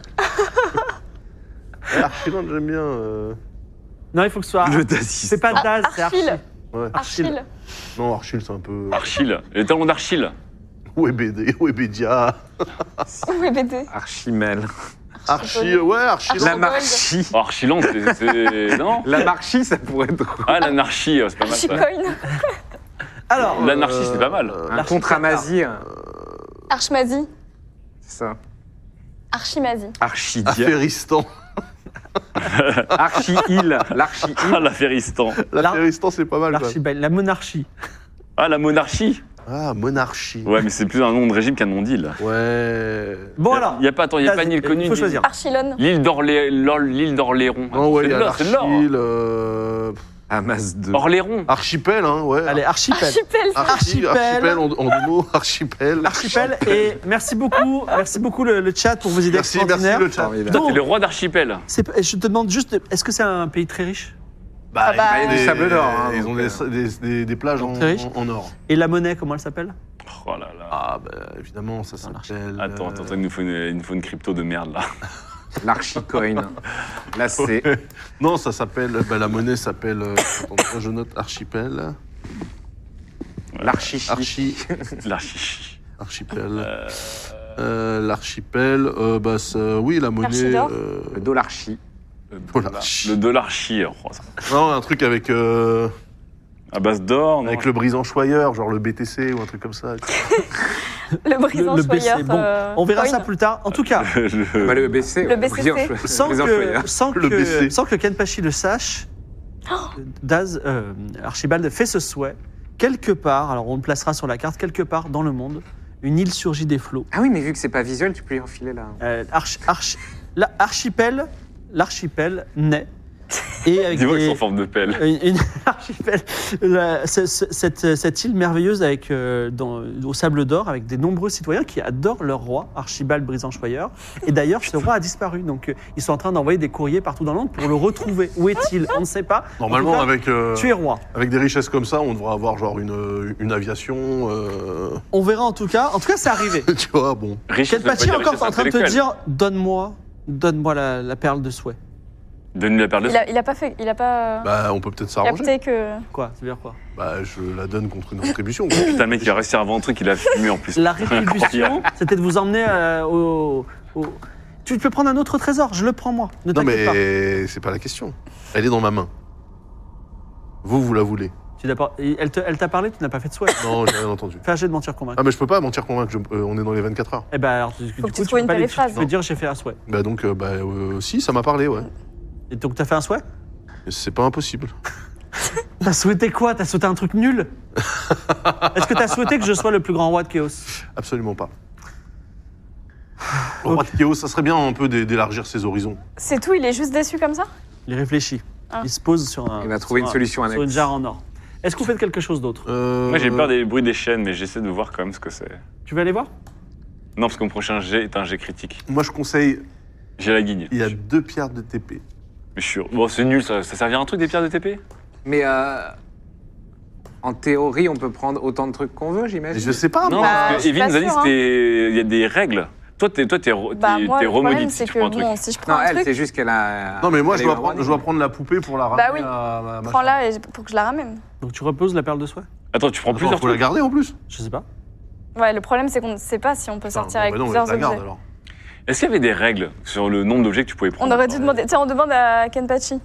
S3: Ouais, Archibald, j'aime bien. euh,
S1: Non, il faut que ce soit.
S2: Le Das
S1: C'est pas Daz, c'est Archie.
S4: Archil.
S3: Ouais.
S4: Archil.
S3: Non, Archil, c'est un peu.
S5: Archil. Les talons d'Archil.
S3: Webédia. Webedia.
S4: Oui, BD.
S2: Archimel.
S3: Archie, ouais, Archie.
S4: Archibald.
S2: La marchie.
S5: Oh, Archiland, c'est- c'est.
S2: <laughs>
S5: Non
S2: La marchie, ça pourrait être drôle.
S5: Ah, l'anarchie, euh, c'est pas mal ça.
S4: Archicoin.
S1: Alors,
S5: L'anarchie, c'est pas mal.
S3: Euh,
S2: Un contre-amazie. hein.
S4: Archmazi.
S2: C'est ça.
S4: Archimazi.
S2: Archidia.
S3: Affairistan.
S2: Archi-île.
S5: Ah,
S2: L'archi-île.
S5: l'Affairistan.
S3: L'affairistan, c'est pas mal. quoi.
S1: l'archibald, la monarchie.
S5: Ah, la monarchie.
S3: Ah, monarchie.
S5: Ouais, mais c'est plus un nom de régime qu'un nom d'île.
S3: Ouais.
S1: Bon, alors.
S5: Il n'y a pas, attends, il n'y a
S1: Daz-
S5: pas une île
S1: il
S5: connue.
S1: faut
S5: une île-
S1: choisir.
S4: Archilon.
S5: L'île d'Orlé- l'Or- l'île d'Orléron.
S3: Non, Ah, Oh, ouais, il y a
S5: Bah, C'est de l'or, c'est de
S3: l'archil.
S5: l'or.
S3: euh,
S2: Hamas 2.
S1: Oh,
S5: Orléron.
S3: Archipel, hein, ouais.
S1: Allez, archipel.
S4: Archipel.
S1: Archipel.
S3: Archipel, archipel en, en deux mots, archipel.
S1: Archipel. Et merci beaucoup, merci beaucoup le, le chat pour vos idées
S3: Merci, merci
S1: extraordinaires.
S3: le chat.
S2: Formidable.
S5: Putain,
S1: Donc-
S5: t'es le roi d'archipel.
S1: C'est- Je te demande juste, est-ce que c'est un pays très riche
S3: Bah,
S4: bah,
S3: ils ont
S4: il y a
S2: du sable d'or, hein,
S3: ils
S2: donc,
S3: ont
S2: euh.
S3: des, des, des, des plages en,
S1: Donc, très riche.
S3: en- en or.
S1: Et la monnaie, comment elle s'appelle
S5: Oh là là.
S3: Ah, bah évidemment, ça s'appelle.
S5: Attends, attends,
S3: euh,
S5: attends, il nous faut une, il nous faut une crypto de merde là. <laughs>
S2: L'archicoin. Là, c'est.
S3: Non, ça s'appelle. Bah, la monnaie s'appelle. euh, attends, je note archipel.
S2: L'archichi.
S3: Archi.
S5: L'archi.
S3: Archipel. Euh, L'archipel. euh, bah, ça- oui, la monnaie.
S4: L'archidor.
S3: euh,
S2: Le dolarchi.
S5: Le
S3: Dollarchi.
S5: Le dollarchi. oh, ça-
S3: non, un truc avec. euh,
S5: À base d'or, non
S3: avec le brisant choyeur, genre le BTC ou un truc comme ça.
S4: <laughs> Le brisant
S1: Le- le BC.
S4: soyeur,
S1: Bon,
S4: euh,
S1: On verra
S4: coin.
S1: ça plus tard. En tout
S5: <laughs>
S1: cas,
S5: <laughs> Le-
S2: Bah, le BC.
S4: Le BCC.
S2: <laughs>
S1: sans
S2: hein.
S1: que, sans,
S3: Le
S1: que,
S3: BC.
S1: sans que Kenpachi le sache, Daz, euh, Archibald fait ce souhait. Quelque part, alors on le placera sur la carte, quelque part dans le monde, une île surgit des flots.
S2: Ah oui, mais vu que c'est pas visuel, tu peux y enfiler là.
S1: Euh, arch- arch- la- archipel, l'archipel naît. Et avec
S5: Dis-moi que
S1: des-
S5: c'est en forme de pelle.
S1: une, une <laughs> archipel, la- ce- ce- cette, cette île merveilleuse avec, euh, dans- au Sable d'Or avec des nombreux citoyens qui adorent leur roi, Archibald Brisanchoyeur. Et d'ailleurs, ce roi a disparu. Donc, euh, ils sont en train d'envoyer des courriers partout dans le monde pour le retrouver. Où est-il On ne sait pas. En tout
S3: Normalement,
S1: cas,
S3: avec, euh,
S1: Tu es roi.
S3: avec des richesses comme ça, on devrait avoir genre une, une aviation. euh, <laughs>
S1: On verra en tout cas. En tout cas, c'est arrivé.
S3: tu vois, bon.
S5: Richesse,
S1: Quel
S5: ça veut pas
S1: patient
S5: dire
S1: encore
S5: richesse
S1: en train de te
S5: intellectuelle.
S1: dire Donne-moi, donne-moi la, la perle de souhait.
S5: Donne-lui la perle de
S4: Il a, il a pas fait. Il a pas. euh,
S3: Bah, on peut peut-être s'arranger.
S4: capté que.
S1: Quoi Ça veut dire quoi
S3: Bah, je la donne contre une contribution. quoi.
S5: Putain, le mec, il a réussi à inventer qu'il a fumé en plus. <laughs>
S1: La rétribution, c'était de vous emmener euh, au. au- Tu peux prendre un autre trésor, je le prends moi. Ne
S3: non,
S1: t'inquiète pas.
S3: mais c'est pas la question. Elle est dans ma main. Vous, vous la voulez.
S1: Tu n'as pas- elle te- elle t'a parlé, tu n'as pas fait de
S4: <laughs>
S1: souhait.
S3: Non, j'ai rien entendu.
S1: Fais un jet de mentir convaincre.
S3: Ah, mais je peux pas mentir convaincre, je- euh, on est dans les 24 heures.
S1: Eh ben alors, du, du
S4: Ah. que
S1: coup,
S4: tu
S1: tu,
S4: trouves
S1: peux
S4: une
S1: pas lui-
S4: périphrase.
S1: tu peux dire j'ai fait un souhait.
S3: Bah, donc, euh, bah, euh, si, ça m'a parlé, ouais.
S1: Et donc t'as fait un souhait
S3: C'est pas impossible.
S1: T'as souhaité quoi T'as souhaité un truc nul Est-ce que t'as souhaité que je sois le plus grand roi de Chaos
S3: Absolument pas. Le roi de chaos, ça serait bien un peu d'é- d'élargir ses horizons.
S4: C'est tout, il est juste déçu comme ça
S1: Il réfléchit.
S4: Ah.
S1: Il se pose sur un.
S2: Il va trouver
S1: sur
S2: une
S1: un-
S2: solution
S1: Sur une
S2: annexe.
S1: jarre en or. Est-ce que vous faites quelque chose d'autre
S3: Euh,
S5: Moi j'ai peur des bruits des chaînes, mais j'essaie de voir quand même ce que c'est.
S1: Tu veux aller voir
S5: Non, parce que mon prochain jet est un jet critique.
S3: Moi, je conseille,
S5: J'ai la guigne.
S3: il y a deux pierres de TP.
S5: Mais je suis... Bon, c'est nul, ça, ça servira à un truc des pierres de TP
S2: Mais euh, en théorie, on peut prendre autant de trucs qu'on veut,
S3: Mais
S2: j'imagine.
S3: Ah, je sais pas,
S5: Non,
S3: moi.
S4: bah,
S5: parce
S4: je
S5: que
S4: suis
S5: Evie
S4: pas
S5: nous a dit
S4: sûre, hein.
S5: qu'il y a des règles. Toi, t'es toi, t'es ro-
S4: Bah,
S5: t'es-
S4: moi,
S5: t'es
S4: le problème,
S5: romodite
S4: c'est
S5: si tu
S4: que
S5: prends un truc.
S4: bon, si je prends
S2: Non,
S4: un
S2: elle,
S4: truc,
S2: c'est juste qu'elle a.
S3: Non, mais moi,
S2: elle
S3: je
S2: a
S3: dois,
S2: eu un
S3: prendre, je
S2: running.
S3: dois prendre la poupée pour la ramener
S4: Bah oui.
S3: à ma- ma chambre.
S4: prends-la et- pour que je la ramène.
S1: Donc tu reposes la perle de soie
S5: Attends, tu prends
S3: Attends,
S5: plusieurs
S3: faut la
S5: trucs.
S3: garder en plus.
S1: Je sais pas.
S4: Ouais, le problème, c'est qu'on ne sait pas si on peut sortir
S3: Putain,
S4: avec
S3: bah non, mais
S4: plusieurs
S3: je la garde,
S4: objets. <laughs>
S3: alors.
S5: Est-ce qu'il y avait des règles sur le nombre d'objets que tu pouvais prendre
S4: On aurait dû demander. Tiens, on demande à Kenpachi.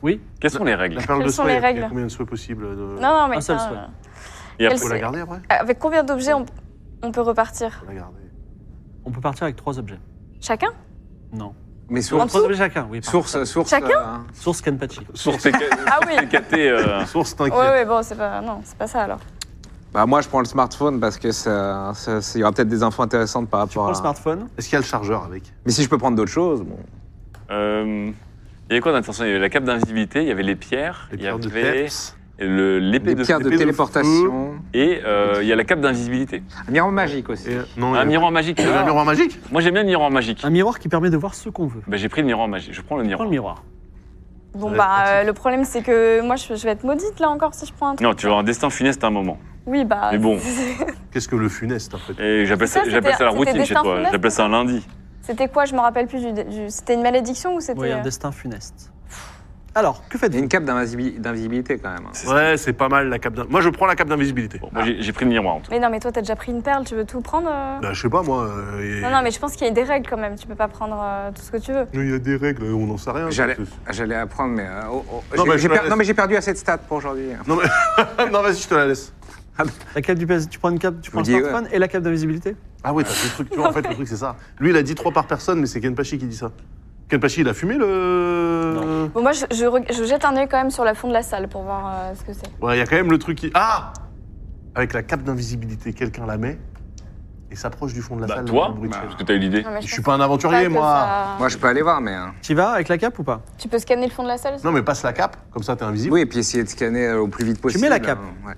S1: Oui
S5: Quelles sont les règles
S3: La perle
S4: Quelles
S3: de
S4: sont
S3: souhait,
S4: les
S3: il y a- il y a
S4: règles
S3: combien de souhaits possibles de-
S4: Non, non, mais.
S1: Un seul
S4: tiens,
S1: souhait.
S5: Et
S4: Quelles-
S5: après,
S3: Faut la garder après
S4: euh, Avec combien d'objets on... on peut repartir
S3: Faut la garder.
S1: On peut partir avec trois objets.
S4: Chacun
S1: Non.
S2: Mais
S1: Trois
S2: source,
S4: dessous
S1: objets chacun, oui. pardon.
S2: source, source.
S4: Chacun
S2: euh,
S1: Source Kenpachi.
S5: sur tes
S4: Ah
S3: <laughs>
S4: oui
S5: <laughs> KT, euh,
S3: Source,
S4: Ouais,
S3: t'inquiète.
S4: ouais, bon, c'est pas. Non, c'est pas ça alors.
S2: Bah moi je prends le smartphone parce que ça, ça- ça- il y aura peut-être des infos intéressantes par
S1: Tu prends
S2: rapport à.
S1: le smartphone.
S3: Est-ce qu'il y a le chargeur avec
S2: Mais si je peux prendre d'autres choses, bon.
S5: euh, il y avait quoi d'intention Il y avait la cape d'invisibilité, il y avait les pierres,
S3: Les
S5: il y
S3: pierres de
S5: avait
S3: peps
S5: le- l'épée
S2: Des
S5: de,
S2: pierres de
S3: épée de
S2: téléportation.
S5: et euh, il y a la cape d'invisibilité.
S2: Un miroir magique aussi.
S3: et... Non, il y a-
S5: Un miroir magique.
S3: Il y a
S5: Ah.
S3: le miroir magique
S5: Moi j'aime bien le miroir magique.
S1: Un miroir qui permet de voir ce qu'on veut.
S5: Bah, j'ai pris le miroir magique. Je prends le
S1: Prends
S5: miroir.
S1: le miroir.
S4: Bon,
S3: Ouais,
S4: bah, euh,
S3: pratique.
S4: le problème, c'est que moi, je, je vais être maudite là encore si je prends un truc.
S5: Non, tu vas avoir un destin funeste à un moment.
S4: Oui, bah.
S5: Mais bon.
S3: Qu'est-ce que le funeste, en fait
S5: Et j'appelle
S4: C'est ça,
S5: ça, j'appelle
S4: c'était-
S5: ça la
S4: c'était
S5: routine chez
S4: destin
S5: toi.
S4: funeste,
S5: J'appelle ça un lundi.
S4: C'était quoi Je me rappelle plus du. du- C'était une malédiction ou c'était.
S1: Oui, un
S4: euh,
S1: destin funeste. Alors, que faites-vous
S2: Il y a une cape d'invisibi- d'invisibilité quand même. hein.
S3: Ouais, c'est pas mal la cape d'invisibilité. Moi, je prends la cape d'invisibilité.
S5: Bon, moi j'ai j'ai pris le miroir en tout cas.
S4: euh, Mais non, mais toi, t'as déjà pris une perle, tu veux tout prendre euh
S3: Bah, je sais pas, moi. euh, et-
S4: Non, non, mais je pense qu'il y a des règles quand même. Tu peux pas prendre euh, tout ce que tu veux.
S3: Il y a des règles, on n'en sait rien. <laughs>
S2: J'allais- J'allais apprendre, mais. euh, oh, oh,
S3: Non,
S2: j'ai-
S3: mais je
S2: j'ai
S3: la
S2: per-
S3: laisse.
S2: non, mais j'ai perdu assez de stats pour aujourd'hui. hein.
S3: Non, mais... Ah, non, vas-y, je te la laisse.
S1: La cape du PS, tu prends une cape, tu prends le
S2: dis, ouais.
S1: smartphone et la cape d'invisibilité
S3: Ah oui, t'as fait le truc. Tu vois, en fait, le truc, c'est ça. Lui, il a dit trois par personne, mais c'est Kenpachi qui dit ça. Kenpachi, il a fumé le.
S4: Bon, moi, je, je re- je jette un œil quand même sur la fond de la salle pour voir euh, ce que c'est.
S3: Ouais, il y a quand même le truc qui. Ah Avec la cape d'invisibilité, quelqu'un la met et s'approche du fond de la
S5: Bah,
S3: salle.
S5: toi,
S3: le bruit de
S2: bah,
S3: siège.
S5: Parce que t'as eu l'idée.
S4: Non, mais
S3: je
S4: pense
S3: suis pas un
S4: pas
S3: aventurier,
S4: que
S3: moi.
S4: ça-
S2: Moi je peux aller voir, mais. hein.
S1: Tu vas avec la cape ou pas
S4: Tu peux scanner le fond de la salle
S3: Non, mais passe la cape, comme ça, t'es invisible.
S2: Oui, et puis essayer de scanner euh, au plus vite possible.
S1: mets la cape.
S2: hein, ouais.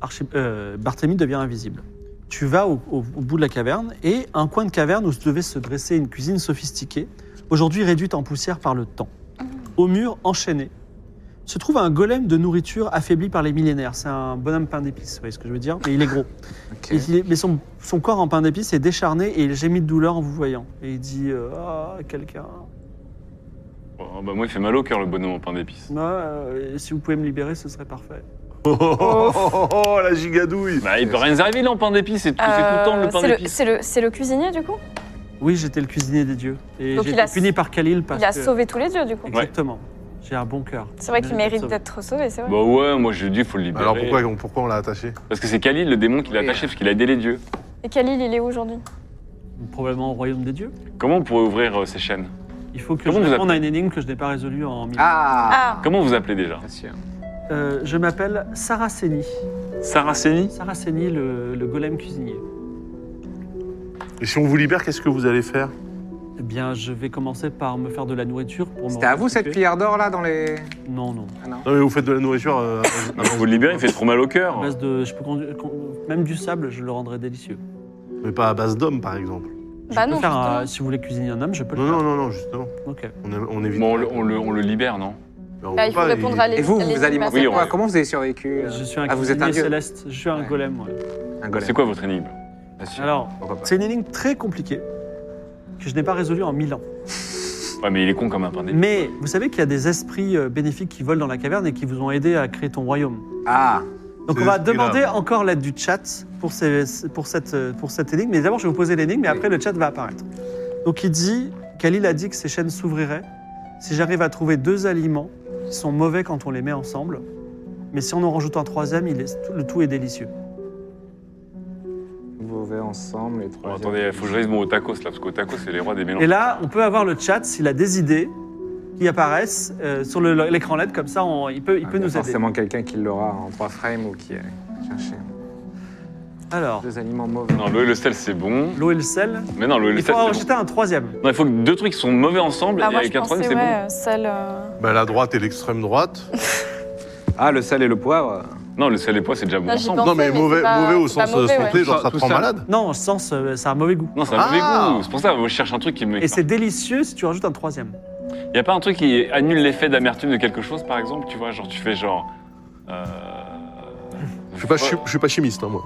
S1: Archi- euh, Barthélemy devient invisible. Tu vas au, au- au bout de la caverne et un coin de caverne où se devait se dresser une cuisine sophistiquée, aujourd'hui réduite en poussière par le temps. Au mur enchaîné se trouve un golem de nourriture affaibli par les millénaires. C'est un bonhomme pain d'épices, vous voyez ce que je veux dire Mais il est gros.
S2: <laughs> Ok.
S1: Et il est- mais son, son corps en pain d'épices est décharné et il gémit de douleur en vous voyant. Et il dit euh, Ah, quelqu'un.
S5: Oh, bah, moi il fait mal au cœur le bonhomme en pain d'épices.
S1: moi, euh, si vous pouvez me libérer, ce serait parfait.
S3: <laughs> Oh, oh, oh, oh, oh, oh, la gigadouille
S5: Bah, il peut rien nous arriver, il est en pain d'épices. C'est tout, c'est tout le temps le
S4: Euh,
S5: pain
S4: c'est
S5: d'épices.
S4: c'est le, c'est le cuisinier du coup
S1: Oui, j'étais le cuisinier des dieux. Et
S4: Donc
S1: j'ai
S4: il
S1: été
S4: a-
S1: puni par Khalil parce
S4: Il a
S1: que.
S4: sauvé tous les dieux du coup.
S1: Exactement. J'ai un bon cœur.
S4: C'est vrai qu'il mérite
S1: d'être
S4: d'être sauvé, c'est vrai.
S5: Bah ouais, moi je dis, il faut le libérer.
S3: Alors pourquoi, pourquoi on l'a attaché
S5: Parce que c'est Khalil, le démon, qui l'a
S2: Oui.
S5: attaché parce qu'il a aidé les dieux.
S4: Et Khalil, il est où aujourd'hui
S1: Probablement au royaume des dieux.
S5: Comment on pourrait ouvrir euh, ces chaînes
S1: Il faut que
S5: Comment
S1: je
S5: vous
S1: réponde à une énigme que je n'ai pas résolue en mille.
S2: Ah,
S4: Ah,
S5: Comment vous appelez déjà
S2: Bien sûr.
S1: Euh, je m'appelle Saraceni.
S5: Saraceni
S1: Saraceni, le, le golem cuisinier.
S3: Et si on vous libère, qu'est-ce que vous allez faire
S1: Eh bien, je vais commencer par me faire de la nourriture pour me.
S2: C'était à vous cette
S1: reconstituer.
S2: cuillère d'or là dans les.
S1: Non, non.
S2: Ah, non.
S3: Non mais vous faites de la nourriture. euh,
S5: Non, mais Vous le libérez, il fait trop mal au
S1: À
S2: Oh.
S5: cœur.
S1: base de, je peux condu- con- même du sable, je le rendrai délicieux.
S3: mais pas à base d'hommes, par exemple.
S4: bah
S1: Je peux
S4: non,
S1: faire un-
S4: justement.
S1: si vous voulez cuisiner un homme, je peux
S3: Non,
S1: le faire.
S3: non, non, non, justement.
S1: Ok.
S3: On, é- on évite.
S5: Bon, on le, on le- on le libère, non
S3: Alors, on
S4: Bah,
S3: peut
S4: il faut
S3: pas,
S4: répondre à les- Bah,
S2: Et vous,
S4: à
S2: vous vous
S4: l'énigme
S2: alimentez
S4: à
S5: Oui,
S2: quoi
S5: on-
S2: Comment vous avez survécu euh,
S1: Je suis un
S2: Ah, vous êtes un
S1: cuisinier
S2: dieu.
S1: céleste. Je suis un
S2: Ouais.
S1: golem. moi.
S2: Un golem.
S5: C'est quoi votre énigme
S2: Bien sûr.
S1: Alors,
S2: Pourquoi pas.
S1: c'est une énigme très compliquée que je n'ai pas résolue en mille ans.
S5: Ouais, mais il est con comme un pain d'épices.
S1: Mais vous savez qu'il y a des esprits euh, bénéfiques qui volent dans la caverne et qui vous ont aidé à créer ton royaume.
S2: Ah,
S1: Donc
S3: Ces
S1: on va
S3: esprits-là.
S1: demander encore l'aide du chat pour, ces- pour, cette, euh, pour cette énigme. Mais d'abord, je vais vous poser l'énigme et
S2: Oui.
S1: après, le chat va apparaître. Donc il dit, Khalil a dit que ces chaînes s'ouvriraient si j'arrive à trouver deux aliments qui sont mauvais quand on les met ensemble. Mais si on en rajoute un troisième, il est, tout- le tout est délicieux.
S2: vous verrez ensemble les
S5: Bon,
S2: trois.
S5: attendez, faut que je réalise mon tacos là, parce qu'au tacos, c'est les rois des mélanges.
S1: Et là, on peut avoir le chat s'il a des idées qui apparaissent euh, sur le- l'écran LED. Comme ça, on- il peut, il
S2: Ah,
S1: peut
S2: y a
S1: nous aider.
S2: forcément quelqu'un qui l'aura en trois frames ou qui a cherché
S1: Alors,
S2: deux aliments mauvais.
S5: Non, l'eau et le sel, c'est bon.
S1: l'eau et le sel.
S5: Mais non, l'eau et le
S1: Il faut
S5: sel,
S1: en
S5: c'est
S1: rajouter
S5: bon.
S1: un troisième.
S5: Non, il faut que deux trucs qui sont mauvais ensemble
S4: Bah
S5: et
S4: moi, je
S5: avec un
S4: pensais,
S5: troisième, c'est
S4: ouais,
S5: bon.
S4: euh, celle. euh,
S3: Bah, la droite et l'extrême droite.
S2: Ah, le sel et le poivre.
S5: Non, le sel et poids, c'est déjà bon
S4: Là, j'y
S5: ensemble.
S4: pense.
S3: Non, mais
S4: mais c'est
S3: mauvais,
S4: pas-
S3: mauvais au
S4: c'est pas
S3: sens
S4: mauvais,
S3: santé,
S4: ouais.
S3: genre ça te
S2: Tout
S3: rend
S2: ça.
S3: malade.
S1: Non, sans, euh, ça a un mauvais goût.
S5: Non, c'est un mauvais
S3: Ah.
S5: goût. C'est pour ça, je cherche un truc qui me.
S1: Et c'est délicieux si tu rajoutes un troisième.
S5: Il n'y a pas un truc qui annule l'effet d'amertume de quelque chose, par exemple Tu vois, genre, tu fais genre. euh,
S3: Je suis pas, chi- je suis pas chimiste, hein, moi.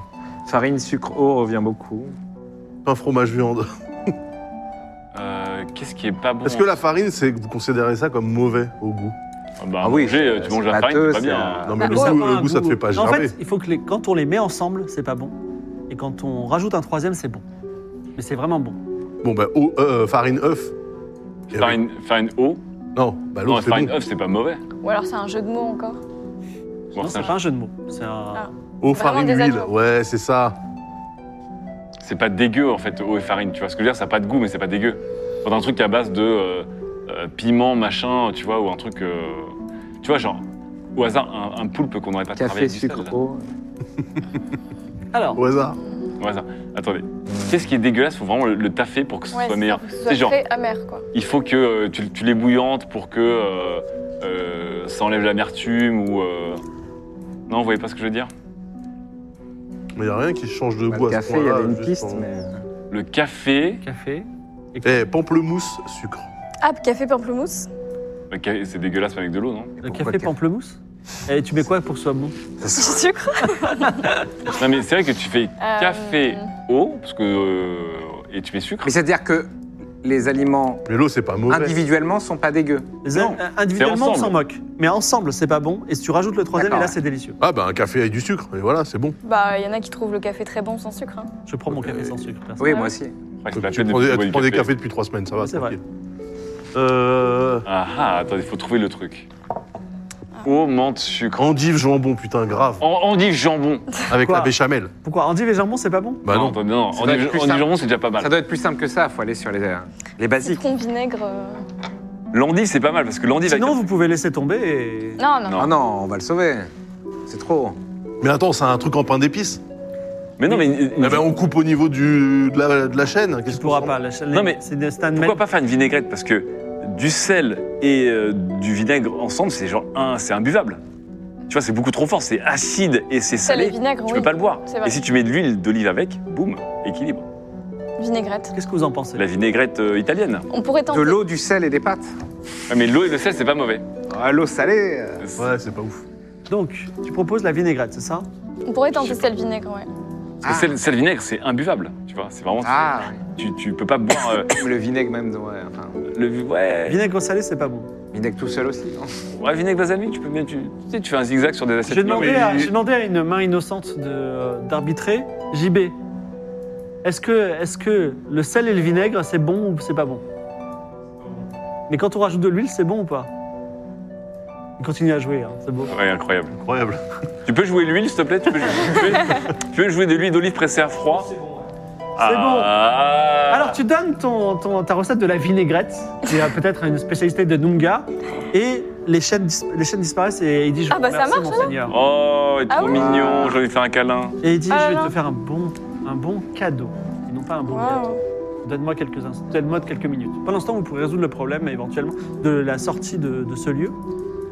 S2: Farine, sucre, eau revient beaucoup.
S3: Pain, fromage, viande.
S5: euh, Qu'est-ce qui est pas bon
S3: Est-ce que la farine, c'est vous considérez ça comme mauvais au goût
S5: Ah bah,
S2: Ah oui,
S5: manger,
S2: c'est-
S5: tu
S2: c'est
S5: manges la farine,
S2: pâteux,
S5: c'est pas
S2: c'est
S5: bien. hein.
S2: un-
S3: Non, mais
S1: Bah, ouais,
S3: le, goût,
S1: pas
S3: Ah, le
S1: un
S3: goût, ça te fait pas
S1: En
S3: gerber.
S1: fait, il faut que les- quand on les met ensemble, c'est pas bon. Et quand on rajoute un troisième, c'est bon. Mais c'est vraiment bon.
S3: Bon, bah, eau, euh, farine, œuf.
S2: euh,
S3: Et
S5: Farine, farine
S2: Ah,
S5: eau.
S3: oui. Non, bah,
S5: Non,
S3: l'autre, c'est
S5: farine
S3: bon.
S5: œuf, c'est pas mauvais.
S4: Ou alors c'est un jeu de mots encore.
S5: Bon,
S1: non,
S5: c'est
S1: c'est
S5: un-
S1: pas un jeu de mots. C'est un...
S4: Ah.
S3: Eau,
S4: Vraiment
S3: farine,
S4: des
S3: huile.
S4: adjoints.
S3: Ouais, c'est ça.
S5: c'est pas dégueu en fait, eau et farine. Tu vois ce que je veux dire Ça n'a pas de goût, mais c'est pas dégueu. Dans un truc à base de euh, euh, piment, machin, tu vois, ou un truc. euh, tu vois, genre, au hasard, un, un poulpe qu'on n'aurait pas travaillé
S2: Café,
S5: avec du sel,
S2: sucre,
S5: là.
S2: eau.
S1: Alors,
S3: Au hasard.
S5: Au hasard. Attendez. Qu'est-ce qui est dégueulasse Faut vraiment le, le taffer pour que ce
S4: Ouais,
S5: soit
S4: c'est
S5: meilleur.
S4: ça, faut que ce soit
S5: C'est genre-
S4: très amer, quoi.
S5: Il faut que euh, tu, tu les bouillantes pour que euh, euh, ça enlève l'amertume ou. euh, Non, vous voyez pas ce que je veux dire
S3: Mais y a rien qui change de
S2: Bah,
S3: goût
S2: le
S3: à ce
S2: café, il y
S3: point-là.
S2: avait une
S3: juste
S2: piste,
S3: en-
S2: mais.
S5: Le café.
S1: café.
S3: Eh, pamplemousse, sucre.
S4: Ah, café pamplemousse <laughs>
S5: Le ca- C'est dégueulasse mais avec de l'eau, non
S1: Le
S2: Pourquoi
S1: café pamplemousse. Et tu mets quoi pour que ce soit bon
S4: Sucre
S5: Non, mais c'est vrai que tu fais
S4: Euh,
S5: café, eau, parce que. euh, et tu mets sucre.
S2: Mais c'est-à-dire que les aliments
S3: Mais l'eau, c'est pas mauvais.
S2: individuellement sont pas dégueux.
S1: Les
S5: Non,
S1: a- euh, Individuellement, on
S5: ensemble.
S1: s'en moque. Mais ensemble, c'est pas bon. Et si tu rajoutes le troisième, et là,
S2: D'accord.
S1: c'est délicieux.
S3: Ah, bah, un café avec du sucre. Et voilà, c'est bon.
S4: Bah, il y en a qui trouvent le café très bon sans sucre. hein.
S1: Je prends mon
S3: Euh,
S1: café sans sucre. personne.
S2: Oui,
S4: Ah
S2: moi
S4: oui.
S2: aussi.
S5: Ouais, c'est pas
S3: tu
S5: la peine de
S3: prends, des,
S5: boire du
S3: tu prends des
S5: café.
S3: cafés depuis trois semaines, ça va.
S1: C'est vrai.
S3: tranquille. Euh.
S5: Ah ah, attendez, faut trouver le truc. Eau, menthe, sucre.
S3: Endive, jambon, putain, grave.
S5: On, on dit jambon.
S3: Avec
S1: Quoi
S3: la béchamel.
S1: Pourquoi Andive et jambon, c'est pas bon
S3: Bah non.
S5: attendez, non.
S2: Ça
S5: On
S2: doit
S5: dit,
S2: être plus
S5: on dit
S2: simple.
S5: jambon, c'est déjà pas
S2: Ça
S5: mal.
S2: doit être plus simple que ça, faut aller sur les, les basiques.
S4: Citron, vinaigre. euh.
S5: L'endive, c'est pas mal parce que l'endive. avec
S1: Sinon,
S5: la-
S1: vous pouvez laisser tomber et.
S4: Non, non,
S5: Non.
S2: Ah non, on va le sauver. C'est trop.
S3: Mais attends, c'est un truc en pain d'épices.
S5: Mais non, mais
S3: Eh ben, on coupe au niveau du, de, la, de la chaîne.
S1: Tu
S3: Qu'est-ce qu'on
S1: pourras
S3: s'en-
S1: pas. La chaîne,
S5: Non, mais
S1: c'est une stand
S5: pourquoi pas faire une vinaigrette parce que du sel et euh, du vinaigre ensemble, c'est genre un, c'est imbuvable. Tu vois, c'est beaucoup trop fort. C'est acide et c'est
S4: sel et
S5: salé.
S4: vinaigre,
S5: Tu
S4: oui.
S5: peux pas le boire.
S4: C'est vrai.
S5: Et si tu mets de l'huile d'olive avec, boum, équilibre.
S4: Vinaigrette.
S1: Qu'est-ce que vous en pensez
S5: La vinaigrette euh, italienne.
S4: On pourrait
S2: De
S4: tenter.
S2: l'eau, du sel et des pâtes.
S5: Ah, Mais l'eau et le sel, c'est pas mauvais.
S2: Ah, l'eau salée. euh,
S3: Ouais, c'est pas ouf.
S1: Donc, tu proposes la vinaigrette, c'est ça
S4: On pourrait tenter sel vinaigre, ouais.
S5: Parce que sel, sel vinaigre, c'est imbuvable. Tu vois, c'est vraiment.
S2: Ah,
S5: Tu, tu peux pas boire. euh,
S2: oui. le vinaigre même, ouais. Enfin,
S5: le, ouais.
S1: Vinaigre salé, c'est pas bon.
S2: vinaigre tout seul aussi. non
S5: Ouais, vinaigre balsamique, tu peux bien. Tu, tu sais, tu fais un zigzag sur des assiettes.
S1: J'ai demandé,
S5: Non, mais-
S1: à- j'ai demandé à une main innocente de, euh, d'arbitrer. JB, est-ce que, est-ce que le sel et le vinaigre, c'est bon ou c'est pas bon Mais quand on rajoute de l'huile, c'est bon ou pas Il continue à jouer, hein, c'est beau.
S5: Ouais, incroyable.
S3: Incroyable.
S5: Tu peux jouer l'huile, s'il te plaît tu peux, jouer, tu peux- tu peux jouer de l'huile d'olive pressée à froid Ah. C'est bon.
S1: C'est bon. Alors, tu donnes ton, ton- ta recette de la vinaigrette, qui est peut-être une spécialité de Nunga, et les chaînes, dis- les chaînes disparaissent et il dit Je
S4: Ah,
S1: vous
S4: bah, ça
S1: remercie,
S4: marche,
S1: monseigneur.
S5: Oh, il est
S4: Ah
S5: trop
S4: ouais.
S5: mignon, je vais lui faire un câlin.
S1: Et il dit
S4: Ah,
S1: Je vais
S4: non.
S1: te faire un bon, un bon cadeau, et non pas un bon gâteau.
S4: Waouh.
S1: Donne-moi quelques instants, donne-moi quelques minutes. Pendant ce temps, vous pourrez résoudre le problème éventuellement de la sortie de, de ce lieu.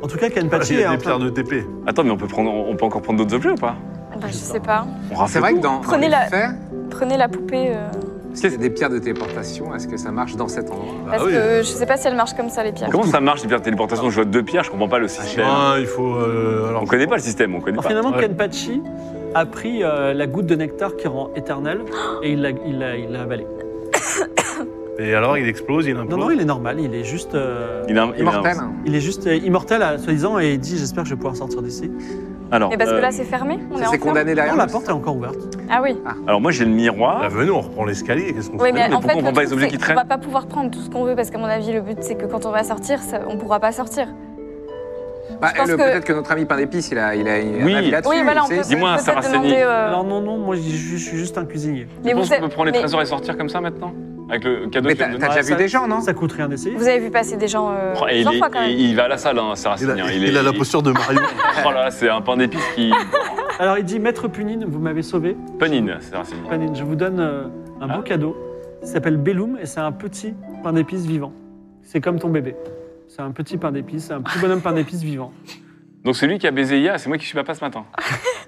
S1: En tout cas, Kanpachi
S3: <laughs> Il y
S1: est
S3: a
S1: en
S3: des
S1: train
S3: pierres
S1: de-
S3: de TP.
S5: Attends, mais on peut, prendre, on peut encore prendre d'autres objets ou pas
S4: Bah, je sais pas.
S5: On rafle
S2: C'est vrai
S5: tout.
S2: que dans, dans
S4: Prenez
S2: les
S4: la-
S2: faits,
S4: Prenez la poupée. euh,
S2: s'il y a des pierres de téléportation, est-ce que ça marche dans cet endroit
S4: Parce
S3: Ah oui.
S4: que je sais pas si elle marche comme ça, les pierres.
S5: Ah Comment ça marche, les pierres de téléportation Je vois deux pierres, je comprends pas le système.
S3: Ah, il faut. euh, alors,
S5: On connaît pas le système, on connaît
S1: Alors,
S5: pas.
S1: finalement,
S3: Ouais.
S1: Kenpachi a pris euh, la goutte de nectar qui rend éternel et il l'a il l'a- il l'a avalée.
S3: Et alors, il explose, il
S1: Non,
S3: implose.
S1: non, il est normal, il est juste, euh,
S5: Il a, il a-
S2: Immortel hein
S1: il est juste euh, immortel, à- soi-disant, et il dit J'espère que je vais pouvoir sortir d'ici.
S5: Alors,
S4: Mais parce que
S5: euh,
S4: là, c'est fermé. On est
S2: Ça s'est
S4: enfermé.
S2: condamné derrière
S1: Non, la
S2: nous.
S1: porte est encore ouverte.
S4: Ah oui.
S5: alors moi j'ai le
S3: Bah,
S5: miroir.
S3: venez, on reprend l'escalier. Qu'est-ce qu'on
S4: Oui,
S3: fait
S4: mais,
S5: mais
S4: en
S5: pourquoi
S4: fait,
S5: on prend
S4: le
S5: pas les
S4: truc,
S5: objets
S4: c'est
S5: qui
S4: qu'on
S5: traînent
S4: va pas pouvoir prendre tout ce qu'on veut parce qu'à mon avis, le but c'est que quand on va sortir, ça- on pourra pas sortir.
S2: Bah,
S4: Je pense
S2: le-
S4: que-
S2: Peut-être que notre ami pain d'épices, il a, il a un
S5: Oui.
S2: avis là-dessus.
S4: Oui, voilà, on
S2: tu
S4: peut
S2: sais.
S5: Dis-moi,
S4: peut-être
S5: Saraceni.
S4: demander. euh,
S1: Alors, non, non, moi, je, je- je suis juste un cuisinier.
S5: Tu penses
S4: vous
S5: qu'on peut prendre les
S4: mais
S5: trésors et sortir comme ça maintenant Avec le cadeau
S2: Mais
S5: que tu
S2: t'as
S5: me
S2: t'as
S5: donnes
S2: déjà vu
S1: ça-
S2: des gens, non
S1: Ça coûte rien d'essayer.
S4: Vous avez vu passer des gens. euh,
S5: Oh, et il,
S4: plusieurs
S5: est-
S4: fois, quand même.
S5: il- il va à la salle, hein,
S3: il
S5: Saraceni,
S3: a,
S5: hein,
S3: il a la posture de
S5: <laughs>
S3: Mario.
S5: Oh là là, c'est un pain d'épices
S4: <laughs>
S5: qui.
S1: Alors, il dit Maître Punine, vous m'avez sauvé.
S5: Panine, Saraceni.
S1: Panine, je vous donne euh, un
S5: Ah.
S1: beau cadeau. Il s'appelle Belloum et c'est un petit pain d'épices vivant. C'est comme ton bébé. C'est un petit pain d'épices, c'est un petit bonhomme pain d'épices vivant.
S5: Donc c'est lui qui a baisé Ia, c'est moi qui suis papa ce matin.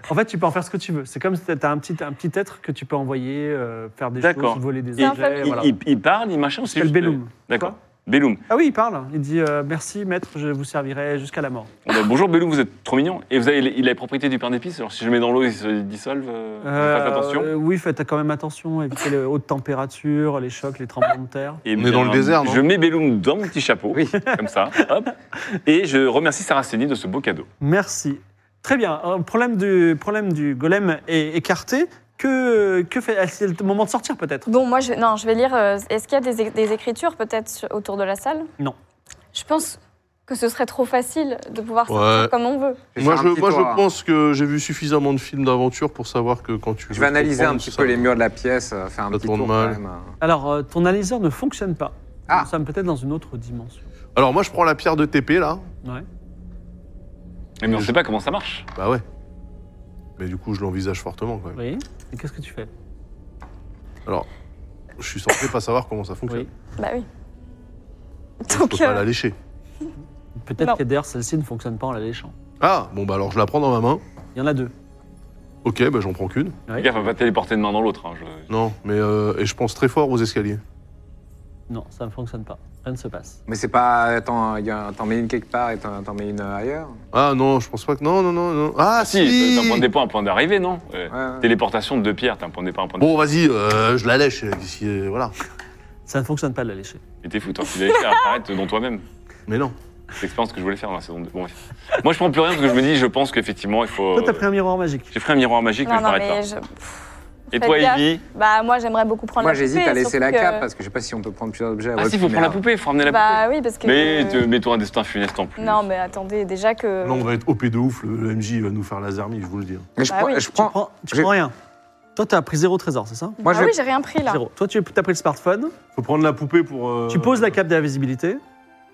S1: En fait, tu peux en faire ce que tu veux. C'est comme si t'as un petit, un petit être que tu peux envoyer euh, faire des
S5: D'accord.
S1: choses, voler des
S5: Et-
S1: objets.
S4: Et
S5: il,
S1: voilà.
S5: il- il parle, il machin, ou c'est
S1: s'appelle
S5: juste-
S1: Bellum.
S5: D'accord.
S1: Quoi
S5: Belloum.
S1: Ah oui, il parle. Il dit euh, merci maître, je vous servirai jusqu'à la mort.
S5: On dit, bah, bonjour Belloum, vous êtes trop mignon. Et vous avez, les- il a les propriétés du pain d'épices. Alors si je le mets dans l'eau, il se dissolve. euh,
S1: Euh,
S5: faites attention.
S1: euh, oui, faites quand même attention, évitez les hautes températures, les chocs, les tremblements de terre.
S5: Et
S3: On est dans le désert, non
S5: Je mets Belloum dans mon petit chapeau, comme ça, hop. Et je remercie Saraceni de ce beau cadeau.
S1: Merci. Très bien. Euh, problème du problème du golem est écarté. Que que fait ah, C'est le moment de sortir peut-être.
S4: Bon, moi, je vais, non, je vais lire. euh, Est-ce qu'il y a des, é- des écritures peut-être sur- autour de la salle
S1: Non.
S4: Je pense que ce serait trop facile de pouvoir
S3: Ouais.
S4: sortir comme on veut.
S2: vais
S3: Moi,
S2: faire
S3: je,
S2: un petit
S3: moi
S2: tour, hein.
S3: je pense que j'ai vu suffisamment de films d'aventure pour savoir que quand tu.
S2: Je
S3: veux
S2: vais analyser un
S3: comprendre,
S2: petit
S3: ça-
S2: peu les murs de la pièce, euh, faire un
S3: Ça
S2: petit tour
S3: tourne
S2: quand
S3: mal.
S2: même.
S1: Alors euh, ton analyseur ne fonctionne pas.
S2: Ah.
S1: Nous sommes peut-être dans une autre dimension.
S3: Alors, moi, je prends la pierre de TP, là.
S1: Ouais.
S5: Mais on ne sait pas comment ça marche.
S3: Bah ouais. Mais du coup, je l'envisage fortement quand même.
S1: Oui. Et qu'est-ce que tu fais
S3: Alors, je suis censé pas savoir comment ça fonctionne.
S1: Oui.
S4: Bah oui.
S3: Je peux
S4: Donc,
S3: pas
S4: euh,
S3: la lécher.
S1: Peut-être
S4: Non.
S1: que d'ailleurs celle-ci ne fonctionne pas en la léchant.
S3: Ah, bon, bah alors je la prends dans ma main.
S1: Il y en a deux.
S3: Ok, bah j'en prends qu'une.
S1: Oui.
S5: Les gars, va pas téléporter de main dans l'autre. hein, je-
S3: Non, mais euh, et je pense très fort aux escaliers.
S1: Non, ça ne fonctionne pas. Rien ne se passe.
S2: Mais c'est pas. Attends, il y a- t'en mets une quelque part et t'en t'en mets une euh, ailleurs.
S3: Ah non, je pense pas que. Non, non, non, non. Ah, si,
S5: Si, d'un point de départ, un point d'arrivée, non Euh,
S2: Ouais.
S5: Téléportation de deux pierres, t'as un point de départ, un point d'arrivée.
S3: Bon, vas-y, euh, je la lèche euh, d'ici. euh, voilà.
S1: Ça ne fonctionne pas de la lécher.
S5: Mais t'es fou, toi, tu l'as écrit, arrête dans toi-même.
S3: Mais non.
S5: C'est l'expérience que je voulais faire dans la saison 2. Bon, bref. Moi, je prends plus rien parce que je me dis, je pense qu'effectivement, il faut.
S1: Toi, t'as pris un miroir magique.
S5: J'ai pris un miroir magique, mais
S4: non,
S5: je
S4: non,
S5: m'arrête
S4: mais
S5: pas.
S4: je-
S5: Et
S4: faites
S5: toi,
S4: gaffe.
S5: Evie
S4: bah moi, j'aimerais beaucoup prendre
S2: Moi,
S4: la
S2: j'hésite
S4: poupée,
S2: à laisser
S4: surtout
S2: la
S4: que-
S2: cape parce que je sais pas si on peut prendre plusieurs objets.
S5: Ah,
S2: ouais,
S5: si, faut
S2: mais,
S5: prendre la
S2: euh,
S5: poupée, faut ramener la
S4: Bah oui, parce que.
S5: poupée. Mais te- mets-toi un destin funeste en plus.
S4: Non, mais attendez, déjà que.
S3: Là, on va être OP de ouf. Le, le MJ va nous faire laser mille, je vous le dis. hein.
S2: mais je,
S4: Bah
S2: prends-
S4: oui.
S2: je
S1: Tu
S2: prends.
S1: prends, tu
S2: j'ai-
S1: prends rien. Toi, t'as pris zéro trésor, c'est ça
S2: Moi,
S4: ah
S2: je vais-
S4: oui, j'ai rien pris là.
S1: Zéro. Toi, tu as pris le smartphone.
S3: Faut prendre la poupée pour. euh,
S1: Tu poses la cape de la visibilité.
S4: Ah,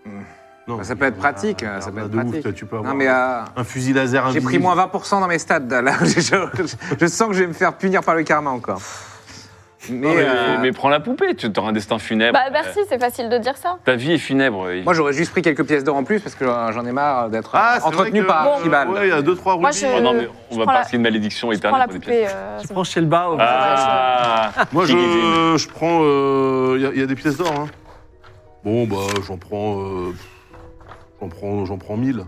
S3: Non,
S2: Ça peut être
S3: euh,
S2: pratique,
S3: euh,
S2: ça peut
S3: là,
S2: être
S3: de ouf,
S2: pratique.
S3: toi, tu peux avoir
S2: Non, mais euh,
S3: un fusil laser
S2: j'ai
S3: invisible.
S2: pris moins 20% dans mes stats. Là, <laughs> je, je- je sens que je vais me faire punir par le karma encore. Mais,
S5: Mais,
S2: euh,
S5: mais prends la poupée, tu auras un destin funèbre.
S4: Bah merci, c'est facile de dire ça.
S5: Ta vie est funèbre. Evie.
S2: moi, j'aurais juste pris quelques pièces d'or en plus parce que j'en j'en ai marre d'être
S3: Ah,
S2: euh,
S3: c'est
S2: entretenu
S3: vrai que,
S2: par
S3: euh,
S2: Archibald.
S3: Ouais, il y a deux, trois
S4: Moi,
S3: rubis.
S4: je-
S5: Oh non, mais on
S4: je
S5: va
S4: prends
S5: pas
S4: la-
S5: passer une malédiction
S4: Je prends la
S5: éternelle pour des pièces.
S4: poupée. euh,
S1: Tu
S4: c'est
S1: prends chez le bas. au-
S5: Ah
S3: Moi,
S5: King is in.
S3: je, je prends. euh, Il y a- il y, a des pièces d'or. Hein. Bon, bah, j'en prends. euh, j'en prends, j'en prends 1000.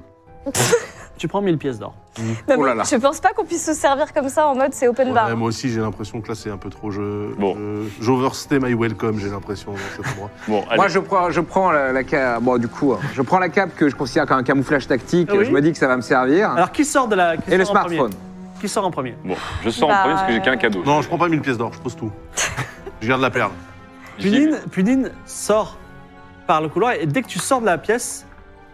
S1: Tu prends 1000 pièces d'or.
S4: bon.
S2: Oh là
S4: Non, mais
S2: là.
S4: Je pense pas qu'on puisse se servir comme ça en mode c'est open bar.
S3: Ouais, moi aussi, j'ai l'impression que là, c'est un peu trop. Je,
S5: Bon.
S3: je- J'overstay my welcome, j'ai l'impression, dans cet <laughs> endroit.
S5: Bon, allez.
S2: Moi, je prends, je prends la, la cape. Bon, du coup, hein, je prends la cape que je considère comme un camouflage tactique.
S1: Ah oui
S2: Je me dis que ça va me servir.
S1: Alors, qui sort de la. Qui
S2: Ah. Et le
S1: sort en premier
S2: smartphone.
S1: Qui sort en premier
S5: Bon, je sors en
S4: Bah,
S5: premier parce que j'ai qu'un
S4: euh,
S5: cadeau.
S3: Non, je prends pas 1000 pièces d'or, je pose tout. Je garde la perle.
S5: J'y vais.
S1: Punine, Punine sort par le couloir et dès que tu sors de la pièce,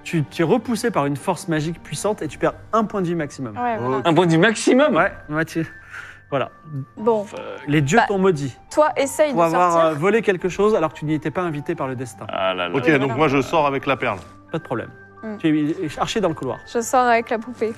S1: tu, tu es repoussé par une force magique puissante et tu perds un point de vie maximum.
S4: Ouais, voilà.
S3: Ok.
S5: Un point de vue maximum
S1: Ouais, Mathieu. Voilà.
S4: Bon,
S1: Les dieux
S4: Bah,
S1: t'ont maudit
S4: toi, essaye de
S1: pour avoir euh,
S4: sortir.
S1: volé quelque chose alors que tu n'y étais pas invité par le destin.
S5: Ah là là.
S3: Ok,
S4: voilà.
S3: donc moi, je sors avec la perle.
S1: Pas de problème.
S4: Hmm.
S1: Tu es arché dans le couloir.
S4: Je sors avec la poupée.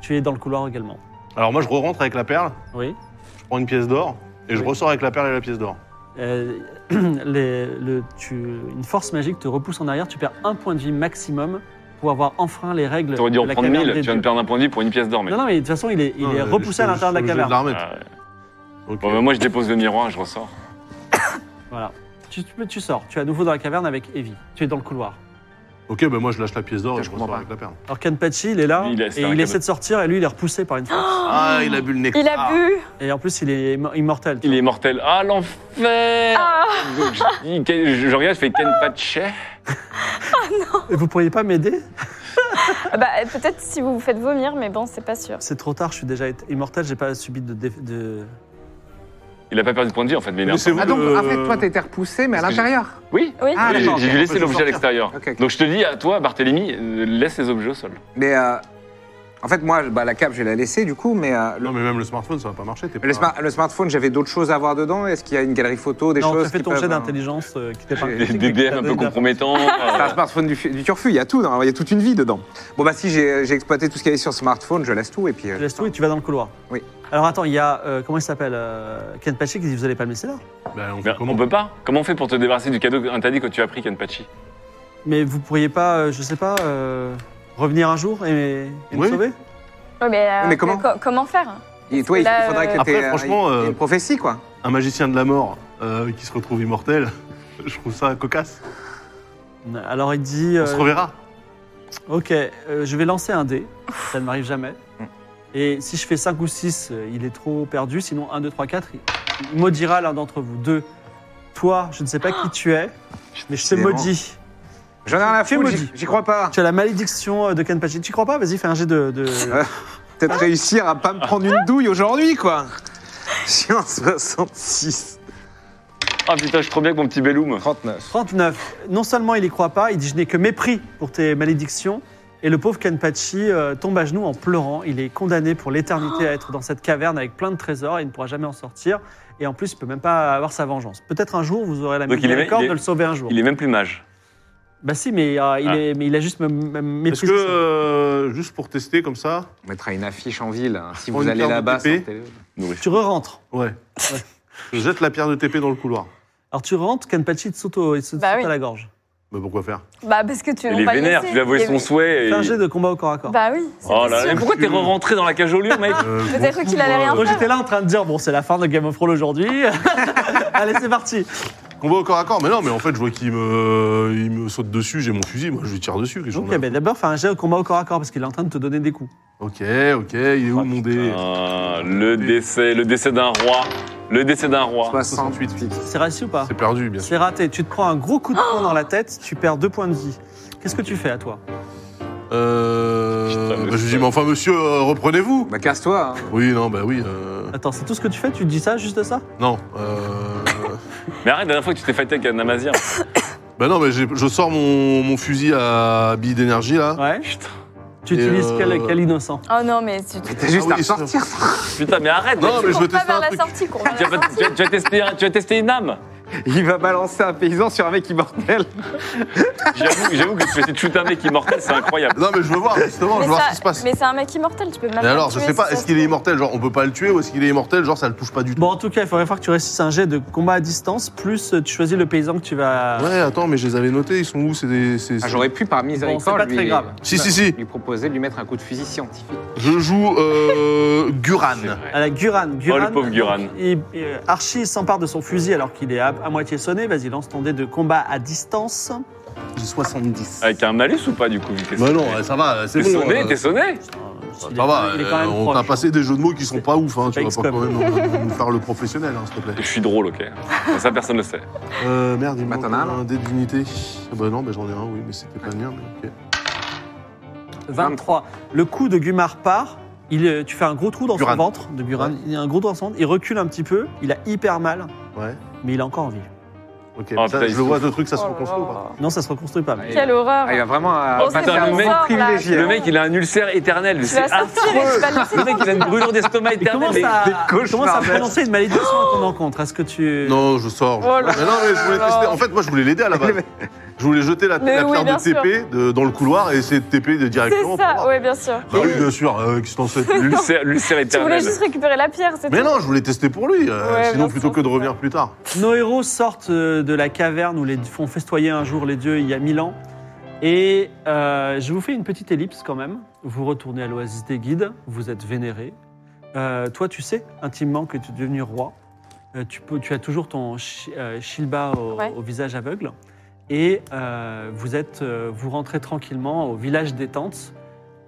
S1: Tu es dans le couloir également.
S3: Alors, moi, je re-rentre avec la perle,
S1: Oui.
S3: je prends une pièce d'or, et je
S1: Oui.
S3: ressors avec la perle et la pièce d'or.
S1: Euh, <clears throat> les- le- tu- une force magique te repousse en arrière, tu perds un point de vie maximum pour avoir enfreint les règles.
S5: T'aurais dû
S1: de
S5: en
S1: la
S5: prendre
S1: caverne
S5: 1000,
S1: des
S5: tu viens de
S1: dieux.
S5: perdre un point de vie pour une pièce d'or, mais.
S1: Non, non, mais de toute façon, il est, il
S3: Non,
S1: est
S3: euh,
S1: repoussé à
S3: je-
S1: l'intérieur de la
S3: je suis
S1: caverne.
S3: obligé de la remettre.
S5: Ah, ouais.
S3: Ok.
S5: Bon, bah, moi, je dépose le miroir, je ressors.
S1: Voilà. Tu, tu- tu sors, tu es à nouveau dans la caverne avec Evie. Tu es dans le couloir.
S3: Ok, bah, moi, je lâche la pièce d'or et
S2: Je
S3: je
S2: comprends
S3: ressors
S2: pas.
S3: avec la perle.
S1: Alors Kenpachi, il est là
S5: Lui, il est- c'est
S1: et
S5: un
S1: il
S5: cadeau.
S1: essaie de sortir et lui, il est repoussé par une force.
S3: Ah, il a bu le nectar.
S4: Il a bu.
S1: Et en plus, il est im- immortel. tu
S5: Il
S1: vois.
S5: est mortel. Ah, l'enfer
S4: Ah.
S5: Donc, je, dis- je- je regarde, je fais Ken Patche.
S1: Et Vous pourriez pas m'aider
S4: Bah euh, peut-être si vous vous faites vomir, mais bon, c'est pas sûr.
S1: C'est trop tard, je suis déjà été- immortel, j'ai pas subi de, dé- de...
S5: Il a pas perdu de point de vie, en fait, mais il est
S3: Laissez-vous
S2: Ah,
S5: important.
S2: donc,
S3: Euh,
S2: en fait, toi, t'étais repoussé, mais à
S5: parce que
S2: l'intérieur.
S5: Oui
S4: Oui.
S2: Ah,
S5: Oui,
S2: d'accord,
S5: J'ai
S2: ok,
S5: dû
S2: on
S5: laisser
S2: peut
S5: l'objet à
S2: sortir.
S5: l'extérieur.
S2: Ok, ok.
S5: Donc je te dis, à toi, Barthélemy, euh, laisse les objets au sol.
S2: Mais euh, en fait, moi, bah, la cape, je vais la laisser du coup, mais euh, le,
S3: Non, mais même le smartphone, ça va pas marcher. t'es
S2: le
S3: pas-
S2: smar- le smartphone, j'avais d'autres choses à voir dedans. Est-ce qu'il y a une galerie photo, des
S1: non,
S2: choses
S1: t'as fait
S2: qui
S1: ton
S2: peuvent,
S1: jet
S2: euh,
S1: d'intelligence euh, qui t'est pas...
S2: J'ai
S5: Des DDM un peu compromettants.
S2: C'est un
S5: euh,
S2: smartphone du, fu- du turfu, il y a tout, dedans, il y a toute une vie dedans. Bon, bah, si j'ai j'ai exploité tout ce qu'il y avait sur smartphone, je laisse tout et puis. euh,
S1: Tu laisses tout et tu vas dans le couloir.
S2: Oui.
S1: Alors attends, il y a... euh, comment il s'appelle euh, Kenpachi qui dit, vous allez pas le laisser là
S3: Bah, on fait
S5: mais
S3: comment
S5: on peut pas Comment on fait pour te débarrasser du cadeau interdit que tu as pris, Ken Patchy
S1: Mais vous pourriez pas, euh, je sais pas... euh, Revenir un jour et, et
S3: Oui.
S1: nous sauver
S4: Ouais, mais, euh,
S2: Mais comment
S4: co- comment faire
S2: Et toi,
S4: que
S2: il
S4: là,
S2: faudrait que
S4: euh,
S2: t'aies,
S3: Après, franchement,
S2: il y ait
S3: euh,
S2: une prophétie, quoi.
S3: Un magicien de la mort euh, qui se retrouve immortel, <laughs> je trouve ça cocasse.
S1: Alors il dit.
S3: On se
S1: euh,
S3: reverra.
S1: Ok, euh, je vais lancer un dé. Ça ne m'arrive jamais.
S2: Mm.
S1: Et si je fais 5 ou 6, il est trop perdu. Sinon, 1, 2, 3, 4, il il maudira l'un d'entre vous. 2. Toi, je ne sais pas qui tu
S2: <gasps>
S1: es, mais je te
S2: Décidément.
S1: maudis.
S2: J'en ai rien à
S1: tu es
S2: foutre,
S1: maudit.
S2: j'y- j'y crois pas.
S1: Tu as la malédiction euh, de Kenpachi. Tu y crois pas Vas-y, fais un jet de. de-
S2: Ah. Peut-être réussir à pas me prendre une douille aujourd'hui, quoi. J'ai un 66.
S5: Ah putain, je suis trop bien avec mon petit Belloum.
S2: 39.
S1: 39. Non seulement il y croit pas, il dit Je n'ai que mépris pour tes malédictions. Et le pauvre Kenpachi euh, tombe à genoux en pleurant. Il est condamné pour l'éternité à être dans cette caverne avec plein de trésors. Il ne pourra jamais en sortir. Et en plus, il peut même pas avoir sa vengeance. Peut-être un jour, vous aurez la
S5: Donc il est-
S1: miséricorde
S5: il est-
S1: de le sauver un jour.
S5: Il est même plus mage.
S1: Bah si, mais, euh, il,
S5: Ah.
S1: est, mais il a juste me- me-
S3: Est-ce
S1: méprisé.
S3: que, euh, juste pour tester comme ça,
S2: On mettra une affiche en ville. hein. Si
S3: Prends
S2: vous
S3: une
S2: allez
S3: carte de
S2: là-bas,
S3: TP.
S2: sortez-le.
S5: Nourrice.
S1: Tu re-rentres.
S3: ouais. Je jette la pierre de TP dans le couloir.
S1: Alors tu rentres, Kenpachi te saute, au- il saute
S4: Bah
S1: saute
S4: oui.
S1: à la gorge.
S3: Mais pourquoi faire
S4: Bah parce que tu
S5: Il
S4: l'as
S5: est
S4: pas
S5: vénère,
S4: laissé.
S5: tu lui as
S4: Il
S5: volé
S4: est-
S5: son souhait.
S1: Fais
S5: Et...
S1: un jet de combat au corps à corps.
S4: Bah oui.
S5: Oh là là,
S4: c'était
S5: mais
S4: sûr.
S5: pourquoi t'es re-rentré dans la cageolure, mec
S3: Euh,
S4: Peut-être qu'il allait rien
S1: Moi
S4: faire.
S1: j'étais là en train de dire, bon c'est la fin de Game of Thrones aujourd'hui. <laughs> Allez c'est parti.
S3: Combat au corps à corps, mais non, mais en fait, je vois qu'il me, il me saute dessus, j'ai mon fusil, moi je lui tire dessus. qu'est-ce qu'on
S1: Ok, ben.
S3: a
S1: mais eh d'abord fais un jet au combat au corps à corps parce qu'il est en train de te donner des coups.
S3: Ok, ok, il est où
S1: Ah,
S3: mon dé
S5: Ah, le décès, le décès d'un roi. Le décès d'un roi.
S2: 68.
S1: C'est réussi ou pas
S3: C'est perdu, bien sûr.
S1: C'est raté. Tu te prends un gros coup de poing dans la tête, tu perds deux points de vie. Qu'est-ce que tu fais à toi
S3: Euh,
S5: Putain, mais
S3: bah, je lui dis,
S5: c'est-
S3: mais enfin, monsieur, euh, reprenez-vous
S2: Bah, casse-toi. hein.
S3: Oui, non, bah oui. euh,
S1: Attends, c'est tout ce que tu fais Tu te dis ça, juste ça
S3: Non. Euh...
S5: Mais arrête, la dernière fois que tu t'es fighté avec un Namazir.
S3: bah non, mais j'ai- je sors mon, mon fusil à billes d'énergie, là.
S1: Ouais.
S5: Putain,
S1: Tu
S3: Et
S1: utilises
S3: euh,
S1: quel, quel innocent
S4: Oh non, mais tu
S2: Mais
S4: tu
S2: t'as juste
S3: Ah
S2: à
S3: oui, ça.
S2: ressortir.
S5: putain, mais arrête.
S3: Non,
S5: tu,
S3: mais je veux
S4: cours pas
S3: tester
S4: vers
S3: un
S4: la
S3: truc.
S4: sortie, cours vers
S5: tu
S4: la
S5: vas,
S4: sortie.
S5: pas- tu vas- tu vas tester, un- tu vas tester une âme.
S2: Il va balancer un paysan sur un mec immortel.
S5: J'avoue j'avoue que tu essaies de shooter un mec immortel, c'est incroyable.
S3: Non, mais je veux voir, justement, je veux voir
S4: ça-
S3: ce qui se passe.
S4: mais c'est un mec immortel, tu peux même
S3: Mais
S4: pas
S3: alors,
S4: le
S3: je
S4: tuer
S3: sais
S4: si
S3: pas,
S4: ça
S3: est-ce
S4: se
S3: qu'il est
S4: trouve.
S3: immortel Genre, on peut pas le tuer ou est-ce qu'il est immortel Genre, ça le touche pas du tout.
S1: Bon, en tout cas, il faudrait voir que tu réussisses un jet de combat à distance, plus euh, tu choisis le paysan que tu vas.
S3: Ouais, attends, mais je les avais notés, ils sont où C'est des. c'est-
S2: Ah, J'aurais pu, par
S1: Bon, c'est
S2: miséricorde,
S1: pas
S2: lui, euh,
S1: très grave.
S3: Si, si, si.
S2: lui proposer de lui mettre un coup de fusil scientifique.
S3: Je joue euh, Guran.
S5: C'est vrai.
S1: À la
S3: Oh,
S1: Guran. Guran
S5: le pauvre Guran.
S1: il- il- Archie s'empare de son fusil alors qu'il est à, à moitié sonné. Vas-y, lance ton dé de combat à distance.
S3: J'ai 70.
S5: Avec un malus ou pas, du coup, vu que t'es
S3: Bah
S5: sonné
S3: non, ça va, c'est
S5: T'es
S3: bon.
S5: sonné,
S3: euh,
S5: t'es sonné
S1: Euh,
S3: Ça
S1: il est-
S3: va,
S1: il est quand
S3: euh,
S1: même
S3: on
S1: proche.
S3: t'a passé des jeux de mots qui sont pas ouf, hein, tu
S1: c'est pas
S3: vas pas quand même euh, nous faire le professionnel, hein, s'il te
S5: Je
S3: plaît.
S5: suis drôle, ok. Ça, personne ne le sait.
S3: Euh, merde, il me
S2: Bah,
S3: manque
S2: t'en as un,
S3: un dé d'unité. Ah Bah non, bah j'en ai un, oui, mais c'était pas le mien. mais ok.
S1: 23. Le coup de Gumar part. Il, euh, tu fais un gros trou dans
S3: Guran.
S1: son ventre de Guran.
S3: Ouais.
S1: Il y a un gros trou dans son ventre. Il recule un petit peu. Il a hyper mal,
S3: Ouais,
S1: mais il a encore envie.
S3: ok.
S5: Ah,
S3: Ça,
S5: putain, il
S3: je
S5: se
S3: le vois, ce truc, ça se
S4: Oh là
S3: reconstruit ou
S4: là.
S3: pas
S1: Non, ça se reconstruit pas.
S2: Ouais.
S4: Quelle
S2: Ah, il va
S4: horreur.
S2: vraiment euh,
S4: Oh, c'est
S2: passer un
S5: le mec
S2: moment
S4: qui l'a-
S2: privilégié. hein.
S5: Le mec, il a un ulcère éternel.
S4: Tu vas
S5: C'est
S4: sortir et tu
S3: <laughs>
S4: vas le laisser
S5: Le mec, il a une brûlure d'estomac
S1: Et comment
S5: éternelle. mais-
S1: ça,
S2: des cauchemars,
S1: comment ça
S2: mec.
S1: prononcer une malédiction à ton encontre Est-ce que tu.
S3: Non, je sors. je-
S4: Oh là
S3: mais non, mais je voulais
S4: là.
S3: tester. En fait, moi, je voulais l'aider à la base. Je voulais jeter la,
S4: Mais
S3: la
S4: oui,
S3: pierre
S4: bien
S3: de TP de- dans le couloir et essayer de TP de- directement.
S4: C'est
S3: pour
S4: ça,
S3: voir.
S4: ouais, bien sûr.
S3: Bah oui, bien sûr, euh, qu'est-ce que t'en sais
S5: L'ulcère l'ulcère
S4: Tu voulais
S5: éternel.
S4: juste récupérer la pierre, c'est
S3: Mais
S4: tout.
S3: non, je voulais tester pour lui, euh,
S4: Ouais,
S3: sinon
S4: bien
S3: plutôt
S4: sûr,
S3: que de
S4: c'est
S3: revenir plus tard.
S1: Nos héros sortent euh, de la caverne où les font festoyer un jour les dieux il y a mille ans. Et euh, je vous fais une petite ellipse quand même. Vous retournez à l'oasis des guides, vous êtes vénérés. Euh, toi, tu sais intimement que tu es devenu roi. Euh, tu, peux, tu as toujours ton shi- euh, shilba au,
S4: Ouais.
S1: au visage aveugle. Et euh, vous, êtes, euh, vous rentrez tranquillement au village des tentes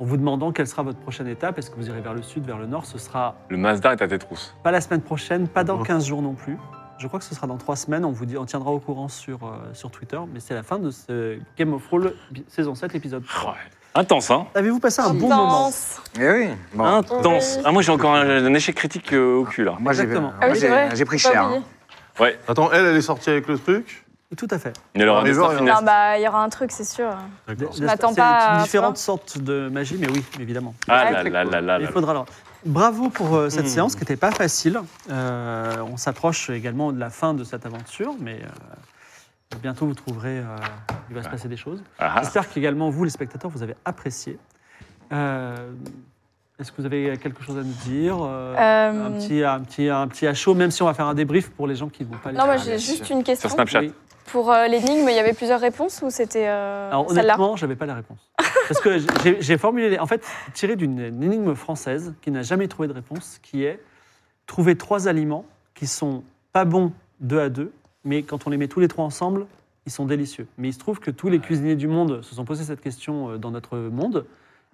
S1: en vous demandant quelle sera votre prochaine étape. Est-ce que vous irez vers le sud, vers le nord Ce sera
S5: Le Mazda est à tes trousses.
S1: pas la semaine prochaine, pas dans
S3: D'accord.
S1: 15 jours non plus. Je crois que ce sera dans 3 semaines. On vous dit, on tiendra au courant sur, euh, sur Twitter. Mais c'est la fin de ce Game of Thrones bi- saison 7, épisode 3.
S5: Ah Intense, hein
S1: Avez-vous passé un bon moment
S4: Intense.
S2: Eh oui. Bon.
S4: Hein
S5: Intense.
S4: Oui.
S5: Ah, moi, j'ai encore un, un échec critique euh, au cul, là.
S2: moi, j'ai
S1: Exactement.
S2: moi,
S4: Ah oui, c'est vrai.
S2: j'ai- j'ai pris
S4: Pas
S2: cher.
S4: oublié.
S2: hein.
S3: Attends, elle, elle est sortie avec le truc
S1: Tout à fait.
S5: Il leur
S3: Ah,
S5: un
S3: mais
S5: destin
S3: genre,
S5: funeste.
S4: Non, bah, il y aura un truc, c'est sûr.
S3: D'accord.
S1: Des- des-
S4: m'attends
S1: c'est
S4: pas
S1: une
S4: à-
S1: différentes sortes de magie, mais oui, évidemment.
S5: Ah là là là là
S1: Il
S5: là.
S1: faudra alors. Bravo pour euh, cette
S3: Hmm.
S1: séance qui n'était pas facile. Euh, on s'approche également de la fin de cette aventure, mais euh, bientôt vous trouverez. euh, il va se
S5: Ouais.
S1: passer des choses.
S5: Ah, ah.
S1: J'espère qu'également vous, les spectateurs, vous avez apprécié. Euh, Est-ce que vous avez quelque chose à nous dire euh,
S4: Euh,
S1: Un petit, un petit, un petit à chaud, même si on va faire un débrief pour les gens qui ne vont pas les
S4: Non, moi,
S2: Ah, bien
S4: j'ai juste
S2: sûr.
S4: une question.
S5: Sur Snapchat.
S1: Oui.
S4: Pour euh, l'énigme, il y avait plusieurs réponses ou c'était euh,
S1: Alors
S4: celle-là
S1: honnêtement, j'avais pas la réponse. Parce que j'ai- j'ai formulé, les- en fait, tiré d'une énigme française qui n'a jamais trouvé de réponse, qui est trouver trois aliments qui sont pas bons deux à deux, mais quand on les met tous les trois ensemble, ils sont délicieux. Mais il se trouve que tous les cuisiniers du monde se sont posés cette question euh, dans notre monde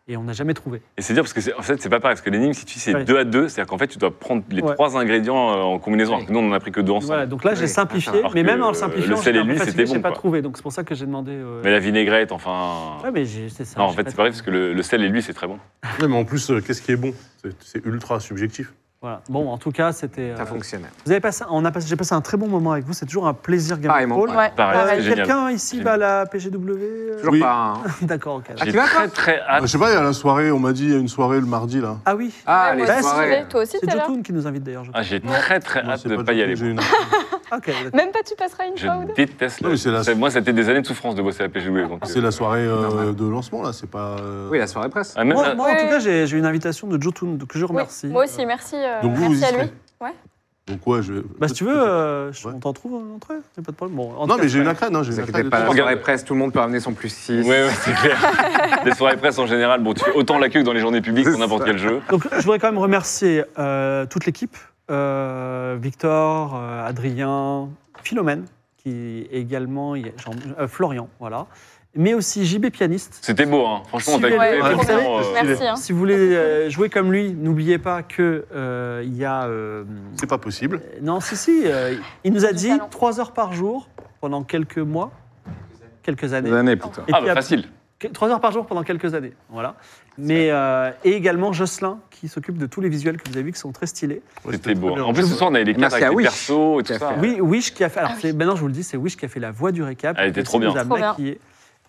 S1: et on n'a jamais trouvé.
S5: Et c'est dire parce que c'est- en fait c'est pas pareil parce que l'énigme si tu sais
S1: Ouais.
S5: deux à deux, c'est-à-dire qu'en fait tu dois prendre les
S1: Ouais.
S5: trois ingrédients euh, en combinaison. Alors que nous on en a pris que deux ensemble.
S1: Voilà, donc là, j'ai
S2: Oui,
S1: simplifié,
S5: alors
S1: mais
S5: que
S1: même en
S5: le
S1: le simplifiant,
S5: sel
S1: j'étais
S5: et
S1: un peu
S5: l'huile,
S1: fatigué,
S5: c'était
S1: j'ai
S5: bon,
S1: pas
S5: quoi.
S1: trouvé, donc c'est pour ça que j'ai demandé. euh,
S5: Mais la vinaigrette, enfin.
S1: Ouais, mais j'ai- c'est ça.
S5: non, en
S1: j'ai
S5: fait
S1: pas
S5: c'est pareil parce que le, le sel et l'huile c'est très bon.
S3: Non, mais en plus, euh, qu'est-ce qui est bon C'est- C'est ultra subjectif.
S1: Voilà. Bon, en tout cas, c'était. euh,
S2: Ça fonctionnait.
S1: Vous avez passé, on a passé, j'ai passé un très bon moment avec vous. C'est toujours un plaisir, Game
S2: Pareillement,
S1: Paul.
S2: ouais.
S4: Ouais,
S5: Pareil,
S1: Euh,
S5: c'est
S4: pareil.
S5: génial.
S1: Quelqu'un ici va à la PGW euh,
S2: Toujours
S3: Oui.
S2: pas un.
S1: <laughs> D'accord, ok.
S2: Ah,
S5: J'ai
S2: tu vas,
S5: très
S2: toi
S5: très
S3: Ah,
S5: hâte.
S3: je sais pas, il y a la soirée, on m'a dit, il y a une soirée le mardi, là.
S1: Ah oui,
S2: Ah,
S4: Ouais,
S2: les
S4: moi aussi, j'y
S2: soirées.
S4: vais. Toi aussi,
S1: c'est
S4: t'es là.
S1: Jotun qui nous invite d'ailleurs, je crois.
S5: Ah, j'ai très très
S3: Moi,
S5: hâte
S3: c'est
S5: de
S3: pas
S5: pas y
S3: du
S5: aller.
S3: tout que j'ai une-
S5: <laughs>
S1: Ok, d'accord.
S4: Même pas tu passeras une
S5: Je
S4: fois ou deux
S5: déteste.
S3: Non,
S5: la-
S3: mais c'est la-
S5: c'est- Moi, ça a été des années de souffrance de bosser à la PGW. donc,
S3: C'est
S5: euh,
S3: la soirée euh,
S2: Normal.
S3: de lancement, là, c'est pas... euh,
S2: Oui, la soirée presse.
S5: ah, même-
S1: Moi,
S5: ah,
S1: moi, en tout
S4: Ouais.
S1: cas, j'ai j'ai une invitation de Jotun, donc je vous
S4: Oui,
S1: remercie.
S4: Moi aussi, merci. euh,
S3: Donc vous, vous y
S4: merci à
S3: serez
S4: lui. Ouais.
S3: Donc ouais, je vais...
S1: Bah, si tu veux, euh, je-
S3: Ouais.
S1: on t'en trouve un entre eux, y a pas de problème. Bon, en tout
S3: Non,
S1: cas,
S3: mais j'ai eu
S1: ouais.
S3: la crâne, hein, j'ai eu
S2: Vous
S3: la
S2: inquiétez
S3: crâne.
S2: pas, la
S5: Regarde.
S2: soirée presse, tout le monde peut ramener son plus 6.
S5: Ouais, ouais, c'est clair.
S3: <laughs>
S5: Les soirées presse en général, bon, tu fais autant l'accueil que dans les journées publiques pour n'importe quel jeu.
S1: Donc, je voudrais quand même remercier euh, toute l'équipe euh, Victor, euh, Adrien, Philomène, qui également, il y a Jean- euh, Florian, voilà. Mais aussi JB Pianiste,
S5: C'était beau, hein. Franchement, on t'a
S1: Ouais,
S5: écouté.
S4: Ouais,
S1: ouais,
S4: trop bien.
S5: franchement, euh,
S4: Merci. hein.
S1: Si vous voulez euh, jouer comme lui, n'oubliez pas que euh, il y a. euh,
S3: C'est pas possible.
S1: euh, non, si, si. euh, il nous a
S4: Du
S1: dit
S4: talent.
S1: 3 heures par jour pendant quelques mois, quelques années.
S2: années, putain.
S1: Et
S5: Ah,
S1: puis,
S5: bah,
S1: à-
S5: facile.
S1: que- Trois heures par jour pendant quelques années, voilà. Mais euh, et également Jocelyn qui s'occupe de tous les visuels que vous avez vus qui sont très stylés.
S3: Ouais,
S5: C'était beau.
S3: très
S5: hein.
S3: bien.
S5: En plus, ce soir, on avait les cartes
S2: Merci
S5: avec
S2: à
S5: les
S2: Wish
S5: persos et tout
S2: qui a
S5: ça.
S2: fait-
S1: Oui, Wish qui a fait. Alors
S4: Euh, Ah oui.
S1: c'est- maintenant, je vous le dis, c'est Wish qui a fait la voix du récap.
S5: Elle était
S1: Qui
S5: trop bien.
S1: Nous a
S4: Trop bien.
S1: maquillés.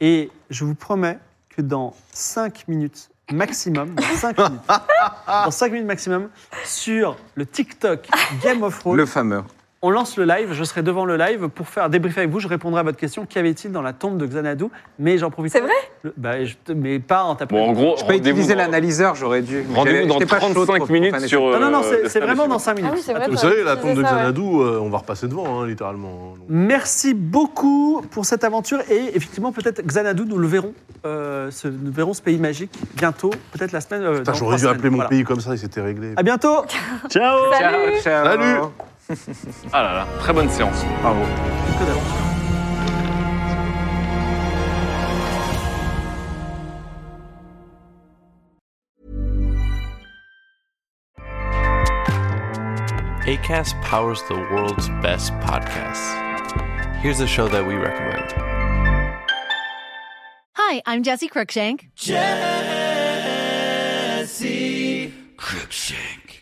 S1: Et je vous promets que dans 5 minutes maximum, dans 5 minutes,
S5: <laughs>
S1: dans cinq minutes maximum, sur le TikTok Game of Thrones,
S2: Le fameux.
S1: on lance le live. Je serai devant le live pour faire débriefer avec vous. Je répondrai à votre question. Qu'y avait-il dans la tombe de Xanadu Mais j'en profite.
S4: C'est vrai
S1: Le- bah, je te- Mais pas en tapant.
S5: Bon, en gros,
S2: Je peux
S5: rendez-vous
S2: utiliser
S5: dans-
S2: l'analyseur, j'aurais dû. mais
S5: rendez-vous
S2: j'avais-
S5: dans
S2: j'étais pas chaud pour-
S5: 35
S2: pour
S5: minutes
S2: faire
S5: sur.
S1: non, non, non,
S5: euh,
S1: c'est
S5: le
S1: c'est
S5: stade
S1: vraiment
S5: des
S1: dans 5 minutes.
S4: Ah oui, c'est vrai.
S3: Vous
S4: t'aurais
S3: savez,
S4: pu
S3: la
S4: utiliser
S3: tombe de
S4: ça, ouais.
S3: Xanadu, euh, on va repasser devant, hein, littéralement. Donc,
S1: Merci beaucoup pour cette aventure et effectivement peut-être Xanadu nous le verrons, euh, ce, nous verrons ce pays magique bientôt, peut-être la semaine. euh,
S3: Putain,
S1: dans trois
S3: j'aurais dû
S1: semaines.
S3: appeler mon
S1: Voilà.
S3: pays comme ça, il s'était réglé.
S1: À bientôt.
S5: Ciao
S4: Salut
S2: Ciao, ciao.
S3: Salut.
S5: Ah là là, très bonne séance.
S2: Bravo.
S1: Que dalle.
S6: ACAST powers the world's best podcasts. Here's a show that we recommend.
S7: Hi, I'm Jesse Cruikshank. Jesse Cruikshank.